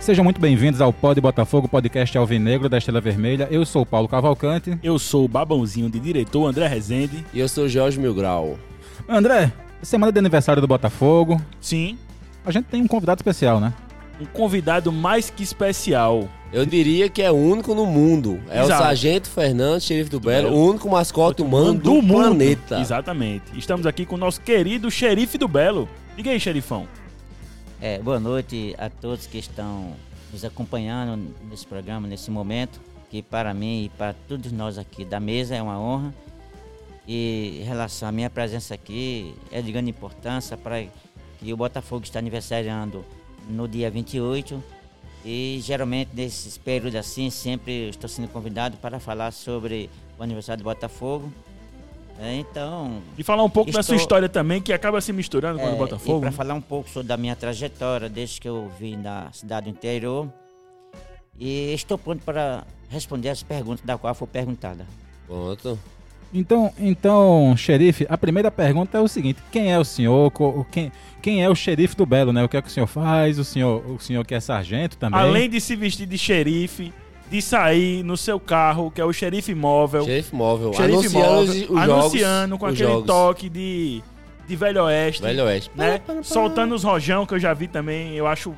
Sejam muito bem-vindos ao Pod Botafogo, podcast alvinegro da Estrela Vermelha. Eu sou o Paulo Cavalcante. Eu sou o babãozinho de diretor André Rezende. E eu sou Jorge Milgrau. André, semana de aniversário do Botafogo, Sim, a gente tem um convidado especial, né? um convidado mais que especial. Eu diria que é o único no mundo. É Exato. o Sargento Fernando Xerife do Belo, Belo. o único mascote humano do, planeta. Exatamente. Estamos aqui com o nosso querido xerife do Belo. Diga aí, xerifão. É, boa noite a todos que estão nos acompanhando nesse programa, nesse momento, que para mim e para todos nós aqui da mesa é uma honra. E em relação à minha presença aqui, é de grande importância para que o Botafogo está aniversariando no dia 28. E geralmente nesses períodos assim, sempre eu estou sendo convidado para falar sobre o aniversário do Botafogo. É, então, E falar um pouco da sua Estou- história também, que acaba se misturando com o é, do Botafogo. E para né? falar um pouco sobre da minha trajetória, desde que eu vim da cidade do interior. E estou pronto para responder as perguntas da qual foi perguntada. Pronto. Então, então, xerife, a primeira pergunta é o seguinte: quem é o senhor? Co- Quem, quem é o xerife do Belo, né? O que é que o senhor faz? O senhor, o senhor que é sargento também? Além de se vestir de xerife, de sair no seu carro, que é o xerife móvel. Xerife móvel. Xerife anunciando móvel, os, os anunciando jogos, com os aquele jogos. toque de, de Velho Oeste. Velho Oeste. né? Soltando os rojão que eu já vi também, eu acho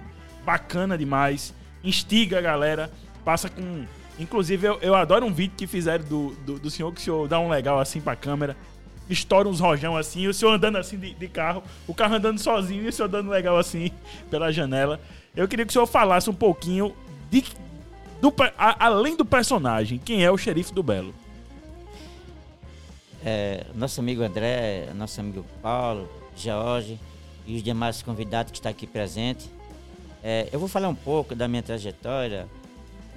bacana demais. Instiga a galera, passa com. Inclusive, eu, eu adoro um vídeo que fizeram do, do, do senhor, que o senhor dá um legal assim pra câmera, estoura uns rojão assim, e o senhor andando assim de, de carro, o carro andando sozinho e o senhor dando legal assim pela janela. Eu queria que o senhor falasse um pouquinho de. do pe- a- além do personagem, quem é o xerife do Belo? É, nosso amigo André, nosso amigo Paulo, George e os demais convidados que estão aqui presentes. É, eu vou falar um pouco da minha trajetória.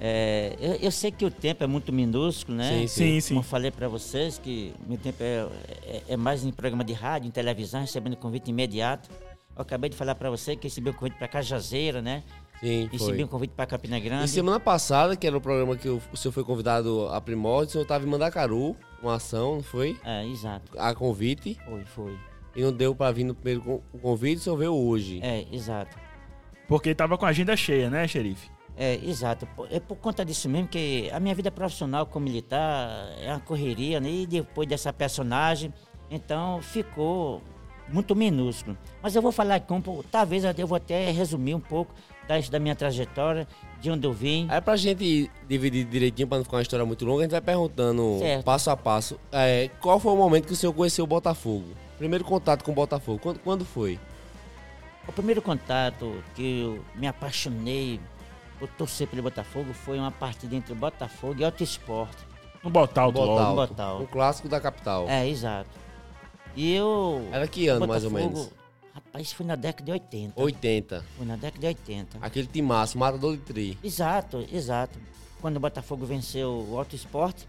É, eu, eu sei que o tempo é muito minúsculo, né? Sim, Sim, Como sim. eu falei para vocês, que meu tempo é, é- é mais em programa de rádio, em televisão, recebendo convite imediato. Eu acabei de falar para você que recebi um convite para Cajazeira, né? Sim, Recebi foi. um convite para Campina Grande. E semana passada, que era o programa que o, o senhor foi convidado a primórdio, o senhor tava em Mandacaru, uma ação, não foi? É, exato. A convite. Foi, foi. E não deu pra vir no primeiro con- o convite, o senhor veio hoje. É, exato. Porque tava com a agenda cheia, né, xerife? É, exato. Po- É por conta disso mesmo que a minha vida profissional como militar é uma correria, né? E depois dessa personagem, então ficou muito minúsculo. Mas eu vou falar aqui um pouco, talvez eu vou até resumir um pouco da, da minha trajetória, de onde eu vim. Aí pra gente dividir direitinho, pra não ficar uma história muito longa, a gente vai perguntando Certo. passo a passo. é, qual foi o momento que o senhor conheceu o Botafogo? Primeiro contato com o Botafogo, quando, quando foi? O primeiro contato que eu me apaixonei por torcer pelo Botafogo foi uma partida entre Botafogo e Auto Esporte. No Botalto logo. Botalto. Botalto. Um clássico da capital. É, exato. E eu. Era que ano, mais ou menos? Botafogo, Rapaz, foi na década de 80. 80. Foi na década de 80. Aquele timaço, matador de tri. Exato, exato. Quando o Botafogo venceu o Alto Esporte,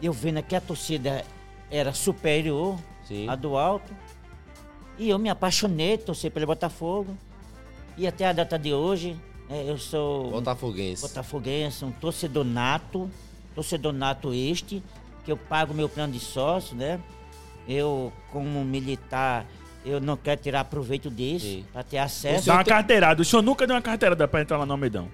eu vendo que a torcida era superior Sim. à do Alto. E eu me apaixonei, torci pelo Botafogo. E até a data de hoje, eh, eu sou um Botafoguense. botafoguense, um torcedor nato, torcedor nato este, que eu pago meu plano de sócio, né? Eu, como militar, eu não quero tirar proveito disso, Sim. para ter acesso. Dá uma carteirada. O senhor nunca deu uma carteirada pra entrar lá no Almedão.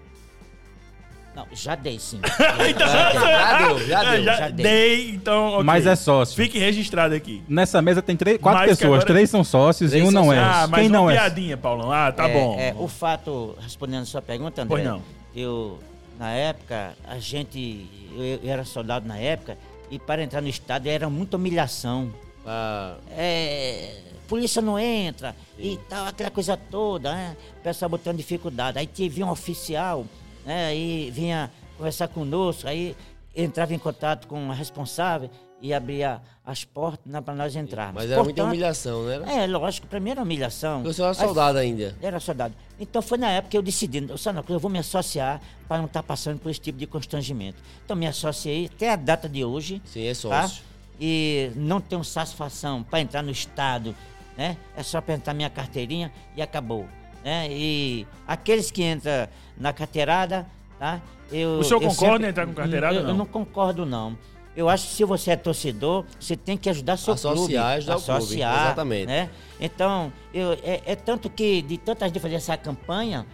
Não, já dei sim. Já deu, já deu, já É, deu. já já dei. dei. então. ok. Mas é sócio. Fique registrado aqui. Nessa mesa tem três, quatro Mas que pessoas, agora- três são sócios Três e um são não é. sócios. Ah, mas Quem uma não é? piadinha, Paulão. Ah, tá É, bom. é, o fato, respondendo a sua pergunta, André, Pois não. eu, na época, a gente, eu, eu era soldado na época, e para entrar no estado era muita humilhação. Ah, É, polícia não entra, e tal, aquela coisa toda, né? O pessoal botando dificuldade. Aí tinha- vinha um oficial, né? E vinha conversar conosco, aí entrava em contato com a responsável e abria as portas para nós entrarmos. mas era muita Portanto, humilhação, né? Era? Ah, é, lógico, pra mim era humilhação. Porque o senhor era Aí, soldado ainda. era soldado. Então foi na época que eu decidi, eu só não, eu vou me associar para não estar passando por esse tipo de constrangimento. Então me associei até a data de hoje. Sim, é tá? sócio. E não tenho satisfação para entrar no Estado, né? É só apresentar minha carteirinha e acabou. Né? E aqueles que entram na carteirada, tá? Eu, O senhor eu concorda em entrar com carteirada Eu- ou Eu não? não concordo, não. Eu acho que se você é torcedor, você tem que ajudar seu Associar, clube. ajudar o clube, Associar, exatamente. né? Então, eu, é, é tanto que de tantas de fazer essa campanha,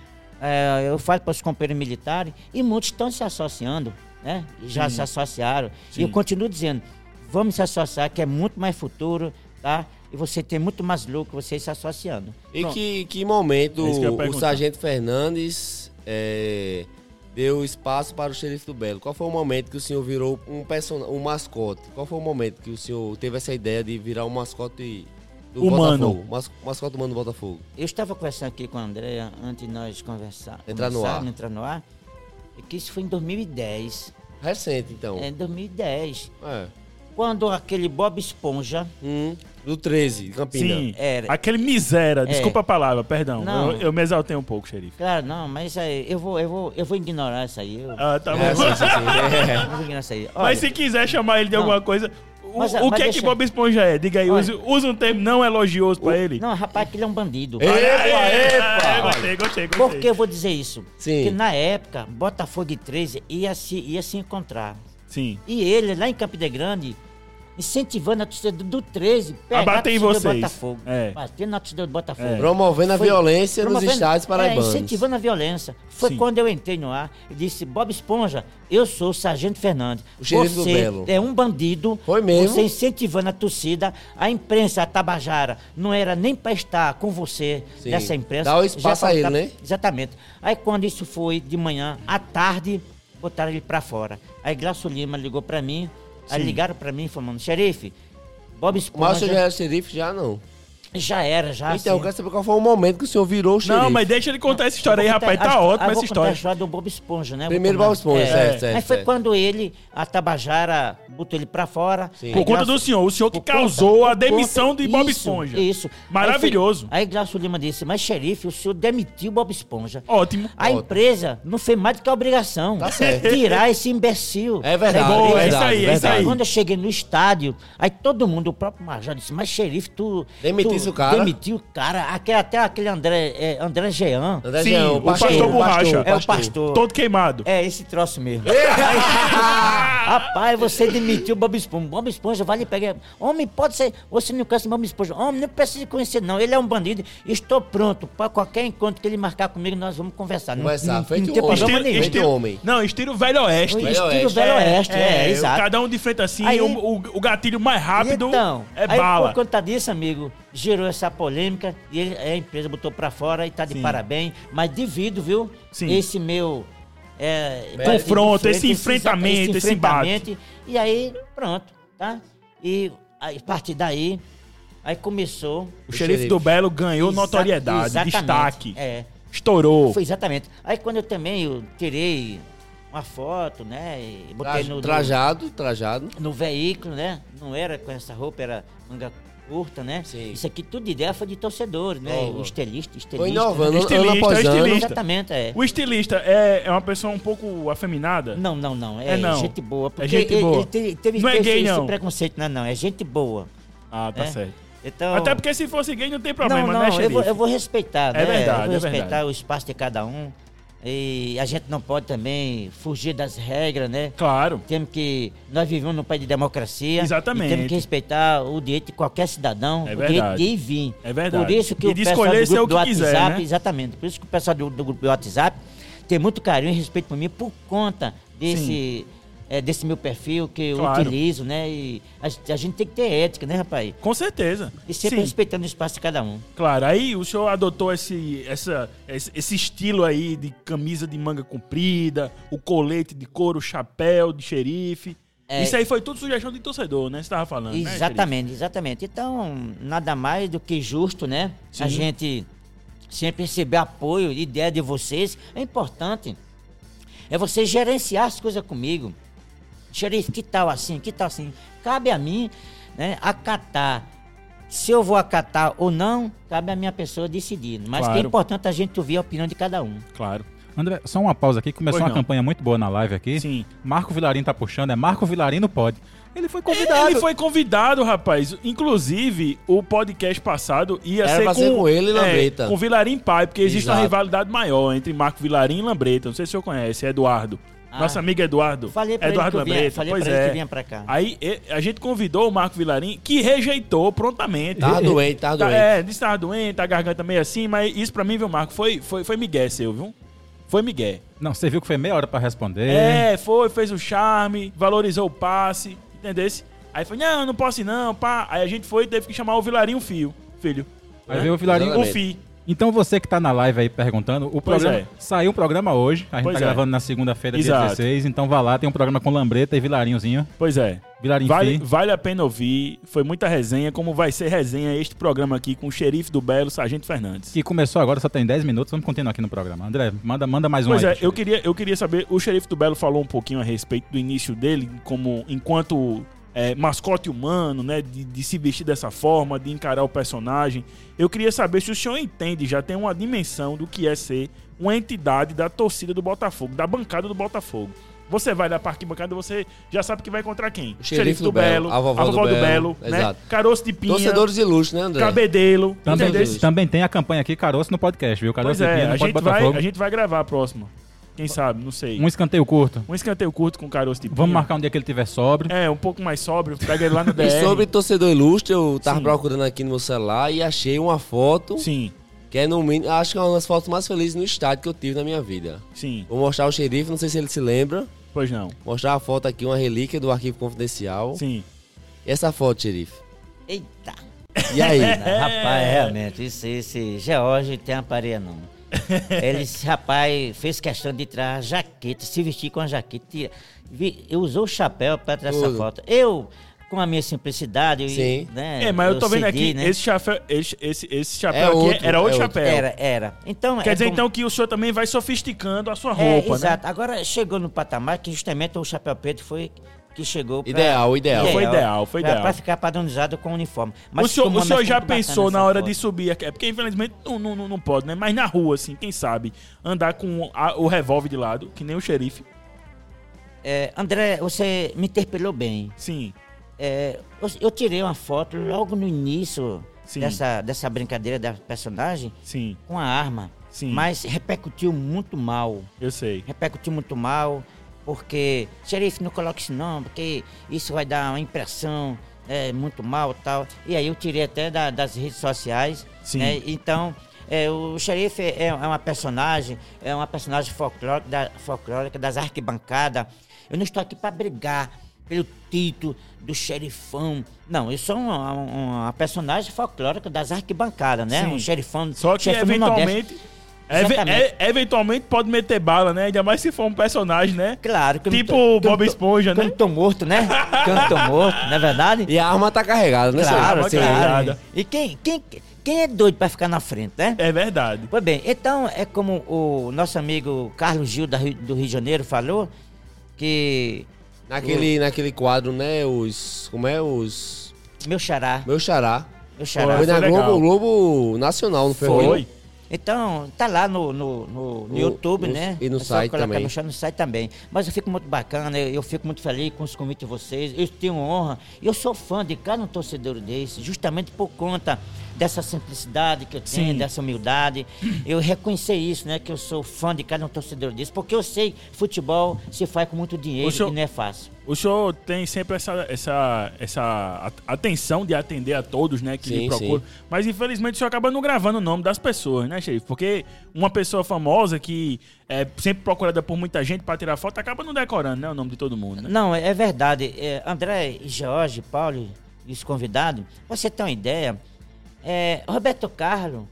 né, eh, eu falo para os companheiros militares e muitos estão se associando, né? E Já se associaram. Sim. E eu continuo dizendo, vamos se associar, que é muito mais futuro, tá? E você tem muito mais lucro você se associando. E Pronto. que, que É momento isso que eu ia o perguntar. Sargento Fernandes é, deu espaço para o Xerife do Belo? Qual foi o momento que o senhor virou um, persona, um mascote? Qual foi o momento que o senhor teve essa ideia de virar um mascote do Humano. Botafogo? Mas, mascote humano do Botafogo. Eu estava conversando aqui com a Andréia antes de nós conversar, Entrar no começarmos, ar. entrar no ar, e que isso foi em 2010. Recente, então. É, em 2010. É. Quando aquele Bob Esponja. Hum, do 13, de Campina. Sim, Era. aquele miséria, É. desculpa a palavra, perdão. Não. Eu, eu me exaltei um pouco, xerife. Claro, não, mas aí, eu, vou, eu, vou, eu vou ignorar isso aí. Eu, Ah, tá É, bom. sim, sim, sim. É. eu vou ignorar isso aí. Olha, Mas se quiser chamar ele de Não. alguma coisa, o, Mas, o mas que é que deixa- Bob Esponja é? Diga aí, Olha. use, use um termo não elogioso pra ele. Não, rapaz, aquele é um bandido. Epa, Aê, aê, epa! Gostei, gostei, gostei. Por que eu vou dizer isso? Sim. Porque na época, Botafogo e 13 ia se, ia se encontrar. Sim. E ele, lá em Campo de Grande, incentivando a torcida do 13 pegar A bater em a torcida vocês. do Botafogo. É. Batendo na torcida do Botafogo. É. Promovendo a Foi- violência promovendo- nos estados paraibanos. É, incentivando a violência. Foi Sim. quando eu entrei no ar e disse, Bob Esponja, eu sou o Sargento Fernandes. O xerife do você Belo." é um bandido. Foi mesmo? Você incentivando a torcida, a imprensa, a Tabajara, não era nem para estar com você Sim. dessa imprensa. Dá o espaço Já a ele, faltava- né? Exatamente. Aí quando isso foi de manhã, à tarde, botaram ele para fora. Aí Glaucio Lima ligou para mim, aí ligaram para mim falando, xerife, Bob O Márcio Esponja já era xerife, já não. já era, já então, eu assim. quero saber qual foi o momento que o senhor virou o xerife. Não, mas deixa ele contar essa Eu história aí, vou contar rapaz. a Tá histó- ótima ah, essa vou contar a história. história do Bob Esponja, né? Eu vou Primeiro contar. Bob Esponja, certo, certo, Aí foi certo. quando ele, a Tabajara, botou ele pra fora. Sim. Aí Por conta Glaucio- do senhor, o senhor que por causou conta- a demissão por de conta- Bob isso, Esponja. Isso. Maravilhoso. Aí, foi- aí Glaucio Lima disse, mas xerife, o senhor demitiu Bob Esponja. Ótimo. A empresa não fez mais do que a obrigação. Tá certo. Tirar esse imbecil. É verdade. Boa, é verdade, isso aí, é isso verdade. aí. Quando eu cheguei no estádio, aí todo mundo, o próprio Major disse, mas xerife, tu... Demitisse tu o cara?" Demitiu o cara. Aquele, até aquele André, eh, André Jean. André Sim, Jean, o pastor Borracha. É o pastor. Todo queimado. É, esse troço mesmo. Rapaz, você demitiu o Bob Esponja. Bob Esponja vai lhe pegar. Homem, pode ser. Você não conhece Bob Esponja. Homem, não precisa conhecer, não. Ele é um bandido. Estou pronto. Para qualquer encontro que ele marcar comigo, nós vamos conversar. Não- Conversar. não- Feito não tem um problema homem. nenhum. Feito homem. Não, estilo Velho Oeste. Estilo, Velho Oeste. Velho Oeste, é, exato. Cada um de frente assim, Aí- o, o- o gatilho mais rápido então, é aí, bala. Por conta disso, amigo, gerou essa polêmica e ele- a empresa botou pra fora e tá de Sim. parabéns. Mas devido, viu? Sim. Esse meu. é, Confronto, diferente, esse enfrentamento, esse E aí, pronto, tá? E aí, a partir daí, aí começou. O xerife do Belo ganhou Exa- notoriedade, exatamente, destaque. É. Estourou. Foi exatamente. Aí quando eu também eu tirei uma foto, né? E botei Tra- no. no- Trajado, trajado. no veículo, né? Não era com essa roupa, era manga curta, né? Sim. Isso aqui tudo de ideia foi de torcedor, né? Boa. O estilista, estilista. Foi inovando, né? ano Estilista, após ano. estilista. Exatamente, é. O estilista é, é uma pessoa um pouco afeminada? Não, não, não. É, É, não. gente boa. porque gente ele- boa. ele teve, teve- Não é teve gay, esse não. preconceito, não, não. É gente boa. Ah, tá né? certo. Então, Até porque se fosse gay não tem Não, problema, não, né, eu, xerife? vou, eu vou respeitar, né? É verdade, eu é vou respeitar verdade. o espaço de cada um. E a gente não pode também fugir das regras, né? Claro. Temos que. Nós vivemos num país de democracia. Exatamente. E temos que respeitar o direito de qualquer cidadão, É o verdade. direito de ir e vir. É verdade. Por isso que E o de pessoal escolher do ser grupo o do que quiser, WhatsApp, né? exatamente. Por isso que o pessoal do, do grupo do WhatsApp tem muito carinho e respeito por mim por conta desse. é, desse meu perfil que eu Claro. utilizo, né? E a, gente- a gente tem que ter ética, né, rapaz? Com certeza. E sempre respeitando o espaço de cada um. Claro, aí o senhor adotou esse, essa, esse, esse estilo aí de camisa de manga comprida, o colete de couro, o chapéu de xerife. É. Isso aí foi tudo sugestão de torcedor, né? Você tava falando, né, Exatamente, exatamente. Então, nada mais do que justo, né? Sim. A gente sempre receber apoio, ideia de vocês. É importante. É você gerenciar as coisas comigo. Xerife, que tal assim? Que tal assim? Cabe a mim, né, acatar. Se eu vou acatar ou não, cabe a minha pessoa decidir. Mas que é Claro. importante a gente ouvir a opinião de cada um. xerife? Claro. André, só uma pausa aqui. Começou uma Pois não. campanha muito boa na live aqui. Sim. Marco Vilarino tá puxando, é Marco Vilarino pode. Ele foi convidado. Ele foi convidado, rapaz. Inclusive, o podcast passado ia Era ser, pra com, ser com ele e Lambreta. É, com Vilarim Pai, porque existe uma Exato. rivalidade maior entre Marco Vilarim e Lambreta. Não sei se o senhor conhece, Eduardo. Ah. Nosso amigo Eduardo. Falei pra Eduardo ele que eu vinha- Lambreta. falei pois pra ele é. que vinha pra cá. Aí e- a gente convidou o Marco Vilarim, que rejeitou prontamente. Tava doente, tava Tá, doente. é, disse que tava doente, a garganta meio assim, mas isso pra mim, viu, Marco, foi, foi, foi migué seu, viu? Foi Miguel. Não, você viu que foi meia hora pra responder. É, foi, fez o charme, valorizou o passe, entendesse? Aí foi, não, não posso ir não, pá. Aí a gente foi e teve que chamar o Vilarinho Fio, filho. Aí né? veio o Vilarinho. O Exatamente. Fi. Então você que tá na live aí perguntando, o programa. é. Saiu um programa hoje. A gente Pois tá é. gravando na segunda-feira, dia Exato. 16. Então vá lá, tem um programa com Lambreta e Vilarinhozinho. Pois é. Vilarinho Vale, Fi. vale a pena ouvir. Foi muita resenha, como vai ser resenha este programa aqui com o xerife do Belo, Sargento Fernandes. Que começou agora, só tem 10 minutos. Vamos continuar aqui no programa. André, manda, manda mais um Pois aí. é, eu queria, eu queria saber, o xerife do Belo falou um pouquinho a respeito do início dele, como enquanto é, mascote humano, né? De, de se vestir dessa forma, de encarar o personagem. Eu queria saber se o senhor entende, já tem uma dimensão do que é ser uma entidade da torcida do Botafogo, da bancada do Botafogo. Você vai lá pra arquibancada, você já sabe que vai encontrar quem? O xerife do Belo, a vovó, do, Belo, né? exato. Caroço de pinha, Torcedores ilustres, né, André? cabedelo, Também, entendeu? Deus. também tem a campanha aqui, Caroço no podcast, viu? Pois Caroço aqui é, no a Pod gente, vai, Botafogo. a gente vai gravar a próxima. Quem sabe, não sei. Um escanteio curto. Um escanteio curto com caroço de pinha. Vamos marcar um dia que ele tiver sóbrio. É, um pouco mais sóbrio. Pega ele lá no DR. E sobre torcedor ilustre, eu tava Sim. procurando aqui no meu celular e achei uma foto Sim, que é no mínimo, acho que é uma das fotos mais felizes no estádio que eu tive na minha vida. sim. Vou mostrar ao xerife, não sei se ele se lembra. Pois não. Mostrar a foto aqui, uma relíquia do arquivo confidencial. Sim. E essa foto, xerife? Eita! E aí? É. Rapaz, realmente, esse, esse George tem uma pareia não. Ele, esse rapaz, fez questão de tirar a jaqueta, se vestir com a jaqueta. tira- vi- usou o chapéu pra tirar essa Tudo. foto. Eu, com a minha simplicidade, Sim. eu, né, É, mas eu tô vendo cedi, aqui, esse chapéu, esse, esse, esse chapéu É aqui outro, era outro é outro. chapéu. Era, era. Então, Quer é dizer, como- então, que o senhor também vai sofisticando a sua É, roupa, né? exato. Agora chegou no patamar que justamente o chapéu preto foi que chegou pra... Ideal, ideal. Não, foi ideal, foi pra- ideal. Pra ficar padronizado com o uniforme. o senhor, ficou o senhor muito já bacana pensou essa na hora foto. de subir aqui? É porque, infelizmente, não, não, não- não pode, né? Mas na rua, assim, quem sabe, andar com a- o revólver de lado, que nem o xerife. É, André, você me interpelou bem. Sim, É, eu, eu tirei uma foto logo no início Sim. dessa, dessa brincadeira da personagem sim, com a arma. Sim. Mas repercutiu muito mal. eu sei. Repercutiu muito mal, porque, xerife, não coloque isso não, porque isso vai dar uma impressão é, muito mal tal. E aí eu tirei até da- das redes sociais. Sim. né? Então, é, o xerife é, é uma personagem, é uma personagem folclórica, da- folclórica das arquibancadas. Eu não estou aqui para brigar pelo título do xerifão. Não, eu sou uma, uma- uma personagem folclórica das arquibancadas, né? Sim. Um xerifão. Só que, xerifão do Nordeste. eventualmente... eve- Exatamente. é- eventualmente pode meter bala, né? Ainda mais se for um personagem, né? Claro. Que eu não Tipo tô- o que eu não Bob tô- Esponja, que eu né? não tô morto, né? Que eu não tô morto, não é verdade? E a arma tá carregada, né, Claro, xerife? sim, claro. verdade. E quem, quem, quem é doido pra ficar na frente, né? É verdade. Pois bem, então é como o nosso amigo Carlos Gil da Rio- do Rio de Janeiro falou, que Naquele, naquele quadro, né, os... Como é os... meu xará, Meu xará. meu xará. Foi na foi Globo, legal. Globo Nacional, não foi? Foi. Globo? Então, tá lá no, no, no- no No- YouTube, no- né? e no É só site colocar também. No, chá- no site também. Mas eu fico muito bacana, eu, eu fico muito feliz com os convites de vocês. Eu tenho honra. Eu sou fã de cada um torcedor desse, justamente por conta dessa simplicidade que eu tenho, Sim. dessa humildade. Eu reconhecer isso, né? Que eu sou fã de cada um torcedor desse, porque eu sei que futebol se faz com muito dinheiro O senhor- e não é fácil. O senhor tem sempre essa, essa, essa a- atenção de atender a todos, né, que lhe Sim, procuram. Mas infelizmente o senhor acaba não gravando o nome das pessoas, né, chefe? Porque uma pessoa famosa que é sempre procurada por muita gente pra tirar foto acaba não decorando, né, o nome de todo mundo, né? Não, é verdade. É, André, e Jorge, Paulo e os convidados, pra você ter uma ideia, é, Roberto Carlos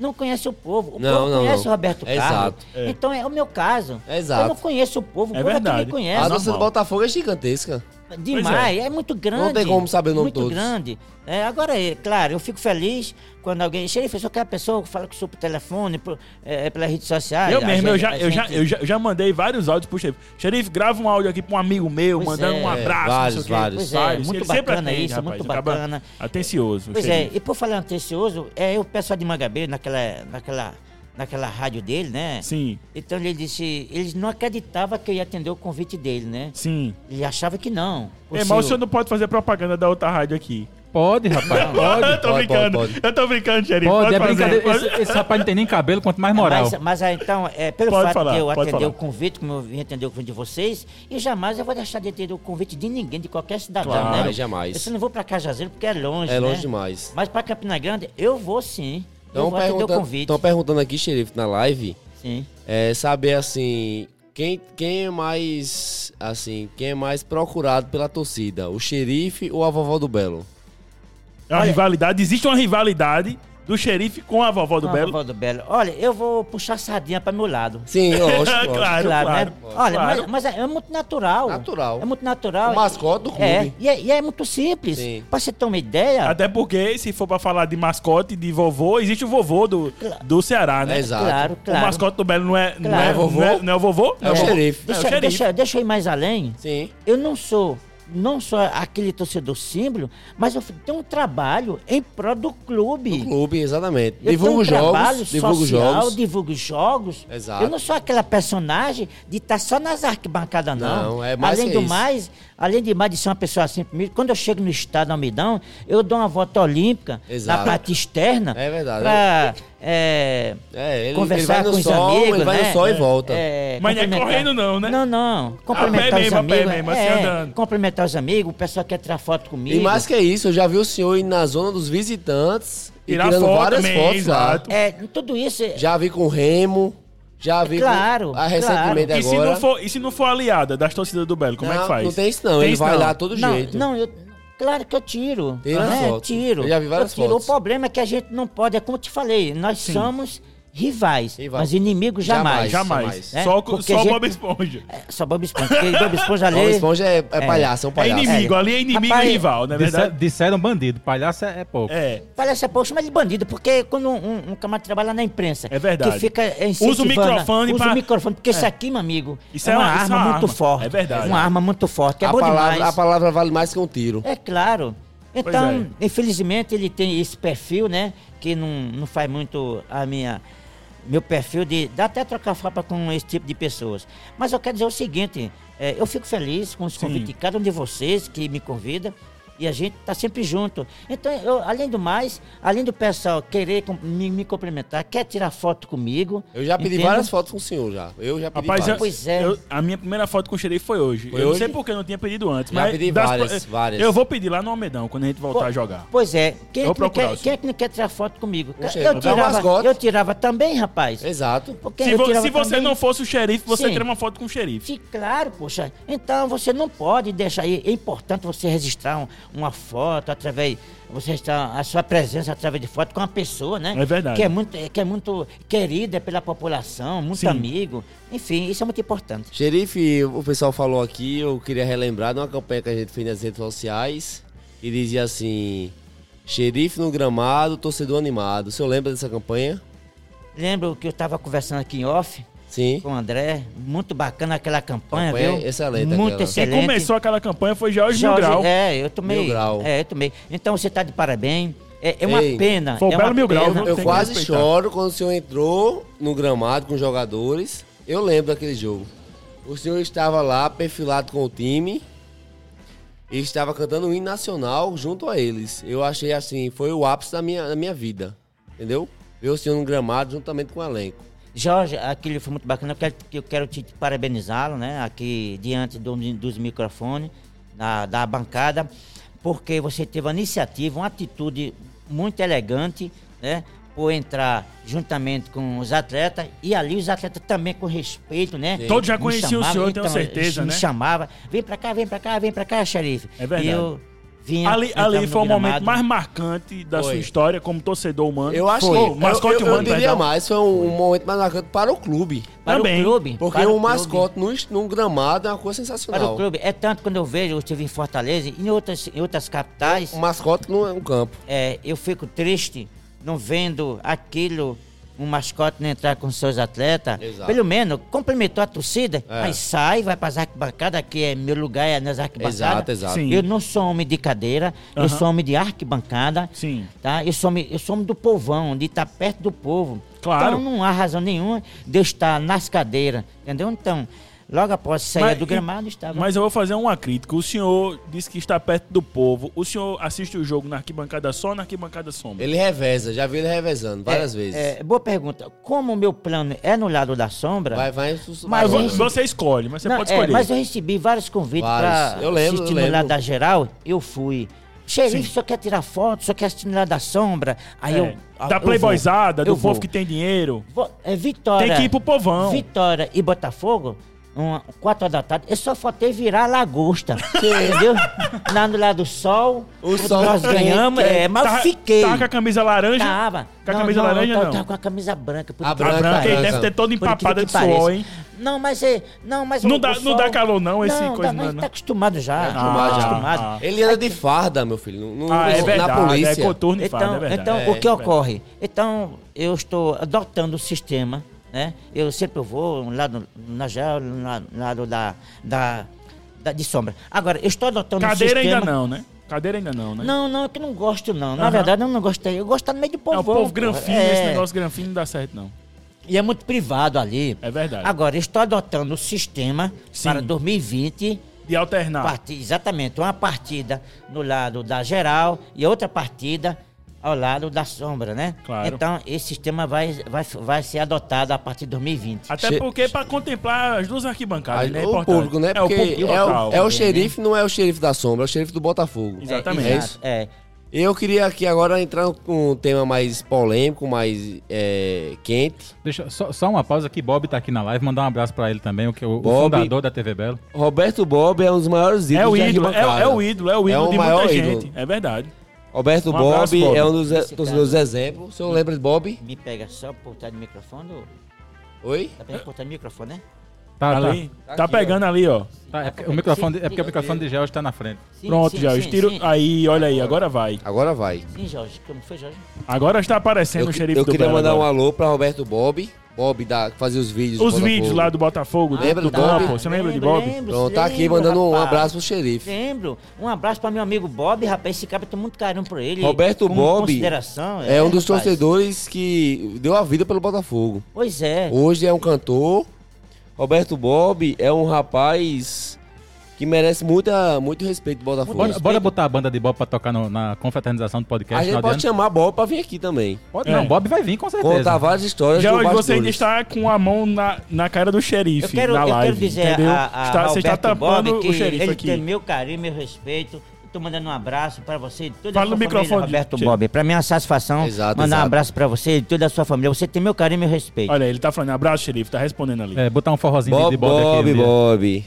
não conhece o povo. O Não, povo não, conhece não. o Roberto É Carlos. exato. É. Então é o meu caso. É exato. Eu não conheço o povo. O É povo é que verdade. me A conhece. torcida do Botafogo é gigantesca. Demais, é. muito grande. Não tem como saber o nome Muito todos. grande. É, agora, é, claro, eu fico feliz quando alguém. Xerife, só que a pessoa fala com o senhor por telefone, por, é, pelas redes sociais. Eu A mesmo, eu gente- já, a eu, já, gente- eu, já, eu já mandei vários áudios pro xerife. Xerife, grava um áudio aqui pra um amigo meu, Pois mandando é. um abraço, vários, não sei o quê. vários. Pois é, muito ele sempre bacana atende, isso, rapaz, muito acaba bacana. Atencioso, o Pois é, xerife. e por falar antecioso, é, eu peço a de Mangabeira naquela, naquela, naquela rádio dele, né? Sim, Então ele disse, eles não acreditavam que eu ia atender o convite dele, né? sim. Ele achava que não. É, mas o senhor não pode fazer propaganda da outra rádio aqui. Pode, rapaz. eu Pode. tô pode, brincando. pode, pode. Eu tô brincando, xerife. Pode, é fazer, brincadeira. pode- É Esse, esse rapaz não tem nem cabelo, quanto mais moral. Mas, mas, ah, então, é, pelo Pode fato falar, de eu pode atender falar. o convite, como eu vim atender o convite de vocês, e jamais eu vou deixar de atender o convite de ninguém, de qualquer cidadão, Jamais, né? jamais. Eu só não vou pra Cajazeiro porque é longe, É né? longe demais. Mas pra Campina Grande, eu vou sim. eu Estão vou atender o perguntando, convite. tão perguntando aqui, xerife, na live, Sim. É, saber assim quem, quem é mais assim quem é mais procurado pela torcida, o xerife ou a vovó do Belo? É uma rivalidade. Existe uma rivalidade do xerife com a vovó do Com a Belo. vovó do Belo. Olha, eu vou puxar a sardinha para meu lado. Sim, lógico. Claro. lógico. né? Olha, claro. mas, mas é, é muito natural. Natural. É muito natural. O mascote do clube. É, e é, e é muito simples. Sim. Pra você ter uma ideia, Até porque, se for pra falar de mascote, de vovô, existe o vovô do, do Ceará, né? Exato. claro, claro. O mascote do Belo não é, não, Claro. é, É o vovô? não, é, não é o vovô? É o vovô. xerife. É o Deixa, xerife. deixa, deixa eu ir mais além. Sim. Eu não sou não só aquele torcedor símbolo, mas eu tenho um trabalho em prol do clube. Do clube, exatamente. Eu divulga os tenho um trabalho jogos, divulga os social, jogos. divulgo os jogos. Exato. Eu não sou aquela personagem de estar só nas arquibancadas, não. Não, é mais além que do isso. mais, além de mais de ser uma pessoa assim, primeiro, quando eu chego no estado do Almidão, eu dou uma volta olímpica Exato. na parte externa. É verdade. Pra, é, É, ele, ele conversar vai no com os sol, amigos, ele vai né? no sol e volta. É, Mas não é cumprimentar- correndo não, né? Não, não. Cumprimentar pé os mesmo, a pé amigos. é, mesmo, assim, andando. Cumprimentar os amigos, o pessoal quer tirar foto comigo. E mais que isso, eu já vi o senhor ir na zona dos visitantes e Tirar tirando foto várias também, fotos lá. exato. É, tudo isso... é- Já vi com o Remo, já vi Claro, com... Ah, recentemente E se, agora. não for, e se não for aliada das torcidas do Belo, como é Não, que faz? Não tem isso não, ele isso vai não. lá todo não, jeito. Não, eu, claro que eu tiro. Tira né? as fotos. Tiro. Eu já vi várias tiro. fotos. O problema é que a gente não pode, é como eu te falei, nós somos rivais, Rivais. mas inimigos jamais. Jamais. Jamais. É, Só, co- porque só a gente- Bob Esponja. É, só Bob Esponja, porque Bob Esponja ali... Bob Esponja é, é palhaço, é um É palhaço. inimigo, ali é inimigo Rapaz, e rival, não é Disse- verdade? disseram bandido, palhaço é é pouco. É. Parece a poxa, mas de bandido, porque quando um, um camarada trabalha na imprensa, É verdade. que fica incentivando, né? Usa o microfone usa pra- o microfone, porque isso aqui, meu amigo, Isso é, é uma uma- isso arma é uma muito arma. forte, É verdade. uma arma muito forte, que é a, boa palavra, a demais. palavra vale mais que um tiro. É claro. Então, é. infelizmente, ele tem esse perfil, né? Que não, não faz muito a minha. Meu perfil de. Dá até trocar farpa com esse tipo de pessoas. Mas eu quero dizer o seguinte: é, eu fico feliz com os convites de cada um de vocês que me convida. E a gente tá sempre junto. Então, eu, além do mais, além do pessoal querer com- me, me cumprimentar, quer tirar foto comigo. Eu já pedi entende? várias fotos com o senhor já. Eu já pedi Rapaz, eu- várias. Pois é. eu- a minha primeira foto com o xerife foi hoje. Foi eu hoje? não sei porque eu não tinha pedido antes. Já mas pedi das- várias, eu- várias. Eu vou pedir lá no Almedão, quando a gente voltar a jogar. Pois é. Quem, é Vou que não procurar quer, o quem é que não quer tirar foto comigo? Oxe, é eu, um tirava, mascote. eu tirava também, rapaz. Exato. Porque se eu vo- tirava se você também. não fosse o xerife, você Sim. teria uma foto com o xerife. Sim, claro, poxa. Então você não pode deixar. e É importante você registrar um- uma foto através. Você registrar a sua presença através de foto com uma pessoa, né? É verdade. Que é muito, é- que é muito querida pela população, muito Sim. amigo. Enfim, isso é muito importante. Xerife, o pessoal falou aqui, eu queria relembrar de uma campanha que a gente fez nas redes sociais e dizia assim: Xerife no gramado, torcedor animado. O senhor lembra dessa campanha? Lembro que eu estava conversando aqui em off Sim. com o André. Muito bacana aquela campanha, Campanha viu? excelente Muito aquela. Quem excelente. começou aquela campanha foi Jorge Mil Jorge, Grau. É, eu tomei. Mil Grau. É, eu tomei. Então você está de parabéns. É, é uma Ei, pena. foi o é uma Belo Mil Grau, pena. viu? Eu Tem que quase respeitar. choro quando o senhor entrou no gramado com os jogadores. Eu lembro daquele jogo. O senhor estava lá perfilado com o time e estava cantando o hino nacional junto a eles. Eu achei assim, foi o ápice da minha, da minha vida. Entendeu? Ver o senhor no gramado juntamente com o elenco. Jorge, aquilo foi muito bacana. Eu quero, eu quero te parabenizá-lo, né? Aqui diante do- dos microfones, na- da bancada, porque você teve uma iniciativa, uma atitude muito elegante, né? Por entrar juntamente com os atletas e ali os atletas também com respeito, né? Todos já Me conheciam o chamavam, então, senhor, eu tenho certeza, me né? chamava, vem pra cá, vem pra cá, vem pra cá, xerife. É verdade. E eu vinha. Ali, entrava ali no foi o momento gramado. mais marcante da Foi. sua história como torcedor humano. Eu acho Foi. que Oh, mascote eu, eu, eu humano, diria perdão. mais, foi um, um momento mais marcante para o clube. para também, o clube. Porque para o clube. mascote num, num gramado é uma coisa Para o sensacional. clube. É tanto quando eu vejo, eu estive em Fortaleza e em outras, em outras capitais, O mascote não é um campo. é, eu fico triste não vendo aquilo, um mascote não entrar com seus atletas. Exato. Pelo menos, cumprimentou a torcida, É. aí sai, vai para as arquibancadas, que é meu lugar, é nas arquibancadas. Exato, exato. Sim. Eu não sou homem de cadeira, Aham. eu sou homem de arquibancada. Sim. Tá? Eu, sou, homem- eu sou homem do povão, de estar perto do povo. Claro. Então não há razão nenhuma de eu estar nas cadeiras, entendeu? Então, logo após sair Mas- do gramado, estava. Mas eu vou fazer uma crítica. O senhor disse que está perto do povo. O senhor assiste o jogo na arquibancada só ou na arquibancada sombra? Ele reveza, já vi ele revezando várias É, vezes. é, boa pergunta. Como o meu plano é no lado da sombra. Vai, vai, su- Mas vai- eu- Você escolhe, mas você Não, pode é, escolher. mas eu recebi vários convites Vários. para Eu lembro, eu assistir no lado lembro. da geral. Eu fui. Xerife só quer tirar foto, só quer assistir lá da sombra. Aí É. eu. a- da eu playboyzada, vou, do eu povo vou. que tem dinheiro. Vo- É Vitória. Tem que ir pro povão. Vitória e Botafogo, uma, quatro horas da tarde, eu só faltei virar lagosta. entendeu? Lá no lado do sol, O sol nós ganhamos, quente, é, mas eu Tava- fiquei. Tava Tá- com a camisa laranja. Tava. com a camisa laranja, tava, não. Tava tá com a camisa branca. Por A incrível que branca, Branca, ele pareça. deve ter todo Por empapada incrível de que pareça. suor, hein? Não, mas é. Não, mas Não o dá- sol- não dá calor, não, esse não, coisa, dá, não, Mas não. tá acostumado É já. acostumado, acostumado já. acostumado. Ah. Ele anda de farda, meu filho. No, no- Ah, é na verdade. É polícia. coturno e farda, é Então, verdade. então É, o que é ocorre? Então, eu estou adotando o sistema, né? Eu sempre vou lá no, na jaula, na- lado da, da, da- de sombra. Agora, eu estou adotando Cadeira o sistema... ainda não, né? Cadeira ainda não, né? Não, não, é que não gosto, não. Na Aham. verdade, eu não gostei. Eu gosto de estar no meio do povo. É, o povo granfinho, esse É. negócio granfinho não dá certo, não. E é muito privado ali. É verdade. Agora, eu estou adotando o sistema Sim. para 2020... De alternar. Parti- exatamente, uma partida no lado da geral e outra partida ao lado da sombra, né? Claro. Então, esse sistema vai, vai, vai ser adotado a partir de 2020. Até Che- porque é pra contemplar as duas arquibancadas, Aí, né? É o importante. público, né? É o Porque público é local. né? o, é o xerife, não é o xerife da sombra, é o xerife do Botafogo. Exato. exatamente. É, É exato, isso? é. Eu queria aqui agora entrar com um tema mais polêmico, mais é, quente. Deixa só, só uma pausa que Bob tá aqui na live, mandar um abraço pra ele também, o, que, o, o Bob- fundador da TV Belo. Roberto Bob é um dos maiores É o ídolos da ídolo, é, arquibancada. é o ídolo, é o ídolo o de muita maior gente. ídolo. É verdade. Roberto Um Bob, abraço, Bob. é um dos, dos cara. meus exemplos. O senhor lembra de Bob? Me pega só por trás do microfone, ou- Oi? tá bem por trás do microfone, né? Tá, tá. ali. Tá, Tá aqui, pegando ali, ó. Tá, é, porque o microfone, de- é porque o microfone de George tá na frente. Sim, Pronto, sim, Jorge. sim, Tiro... Sim, Aí, olha aí, agora vai. Agora vai. Sim, Jorge, como foi, Jorge? Agora está aparecendo Eu, o xerife eu do queria Belo mandar um agora. alô pra Roberto Bob. Bob da, que fazia os vídeos. do Os Botafogo. vídeos lá do Botafogo. do- Lembra do Não, Bob? pô, Você lembra de Bob? lembro, Pronto, tá aqui lembro, mandando um rapaz. abraço pro xerife. Lembro. Um abraço para meu amigo Bob, rapaz. Esse cara tem muito carinho por ele. Roberto com Bob consideração. É um dos rapaz. torcedores que deu a vida pelo Botafogo. Pois é. Hoje é um cantor. Roberto Bob é um rapaz que merece muita, muito respeito do Botafogo. Bora, bora botar a banda de Bob pra tocar no- na confraternização do podcast. a gente final de pode ano? chamar Bob pra vir aqui também. Pode não, É. Bob vai vir com certeza. Contar várias histórias Já do hoje você ainda bastidores. está com a mão na, na cara do xerife Eu quero, na eu quero live. dizer entendeu? a, a Está- você está Roberto tampando Bob que o xerife ele aqui. tem meu carinho, meu respeito. Estou mandando um abraço para você e toda Fala no a sua família, microfone, Roberto Chico. Bob. Para mim é uma satisfação Exato, mandar um exato. abraço para você e toda a sua família. Você tem meu carinho e meu respeito. Olha, ele tá falando, abraço, xerife, tá respondendo ali. É, botar um forrozinho de- Bob, de Bob, aqui. Bob, um dia. Bob.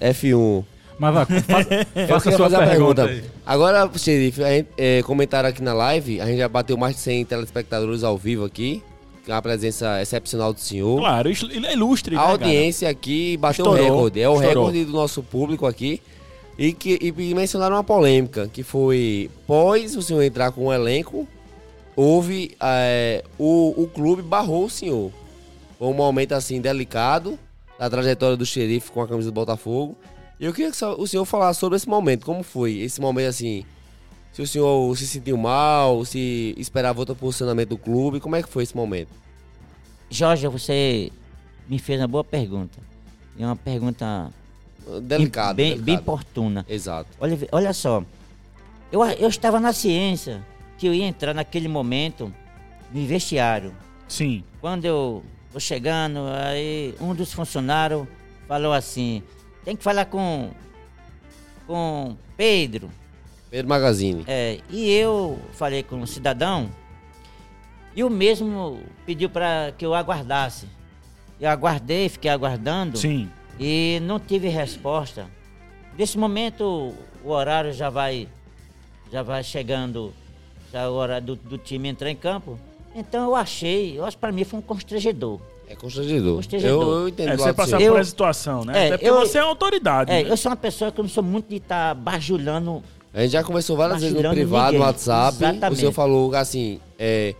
F1. Mas vá, faça, Eu faça a queria sua fazer pergunta. a pergunta. aí. Agora, xerife, a gente, é, comentaram aqui na live, a gente já bateu mais de 100 telespectadores ao vivo aqui. que é Uma presença excepcional do senhor. Claro, isso- ele é ilustre. A né, cara? audiência aqui bateu o Estourou, recorde. É o estourou. recorde do nosso público aqui. E, que, e e mencionaram uma polêmica, que foi pós o senhor entrar com o elenco, houve. eh, o, o clube barrou o senhor. Foi um momento assim delicado da trajetória do xerife com a camisa do Botafogo. E eu queria que só- o senhor falasse sobre esse momento, como foi? Esse momento assim. Se o senhor se sentiu mal, se esperava outro posicionamento do clube, como é que foi esse momento? Jorge, você me fez uma boa pergunta. E é uma pergunta Delicado. bem, delicado. bem oportuna. Exato. Olha, olha só, eu, eu estava na ciência que eu ia entrar naquele momento no vestiário. Sim. Quando eu vou chegando, aí um dos funcionários falou assim: tem que falar com com Pedro. Pedro Magazine. É, e eu falei com o cidadão e o mesmo pediu para que eu aguardasse. Eu aguardei, fiquei aguardando Sim. e não tive resposta. Nesse momento o horário já vai já vai chegando, já é a hora do, do time entrar em campo. Então eu achei, eu acho para mim foi um constrangedor. É constrangedor. Constrangedor. Eu, eu entendo É, o você lado do passar senhor. Eu- por essa situação, né? É, Até porque eu- você é uma autoridade. É, né? eu sou uma pessoa que eu não sou muito de tá estar bajulando. A gente já conversou várias vezes no Compartilhando privado, ninguém. no WhatsApp. Exatamente. O senhor falou assim, é,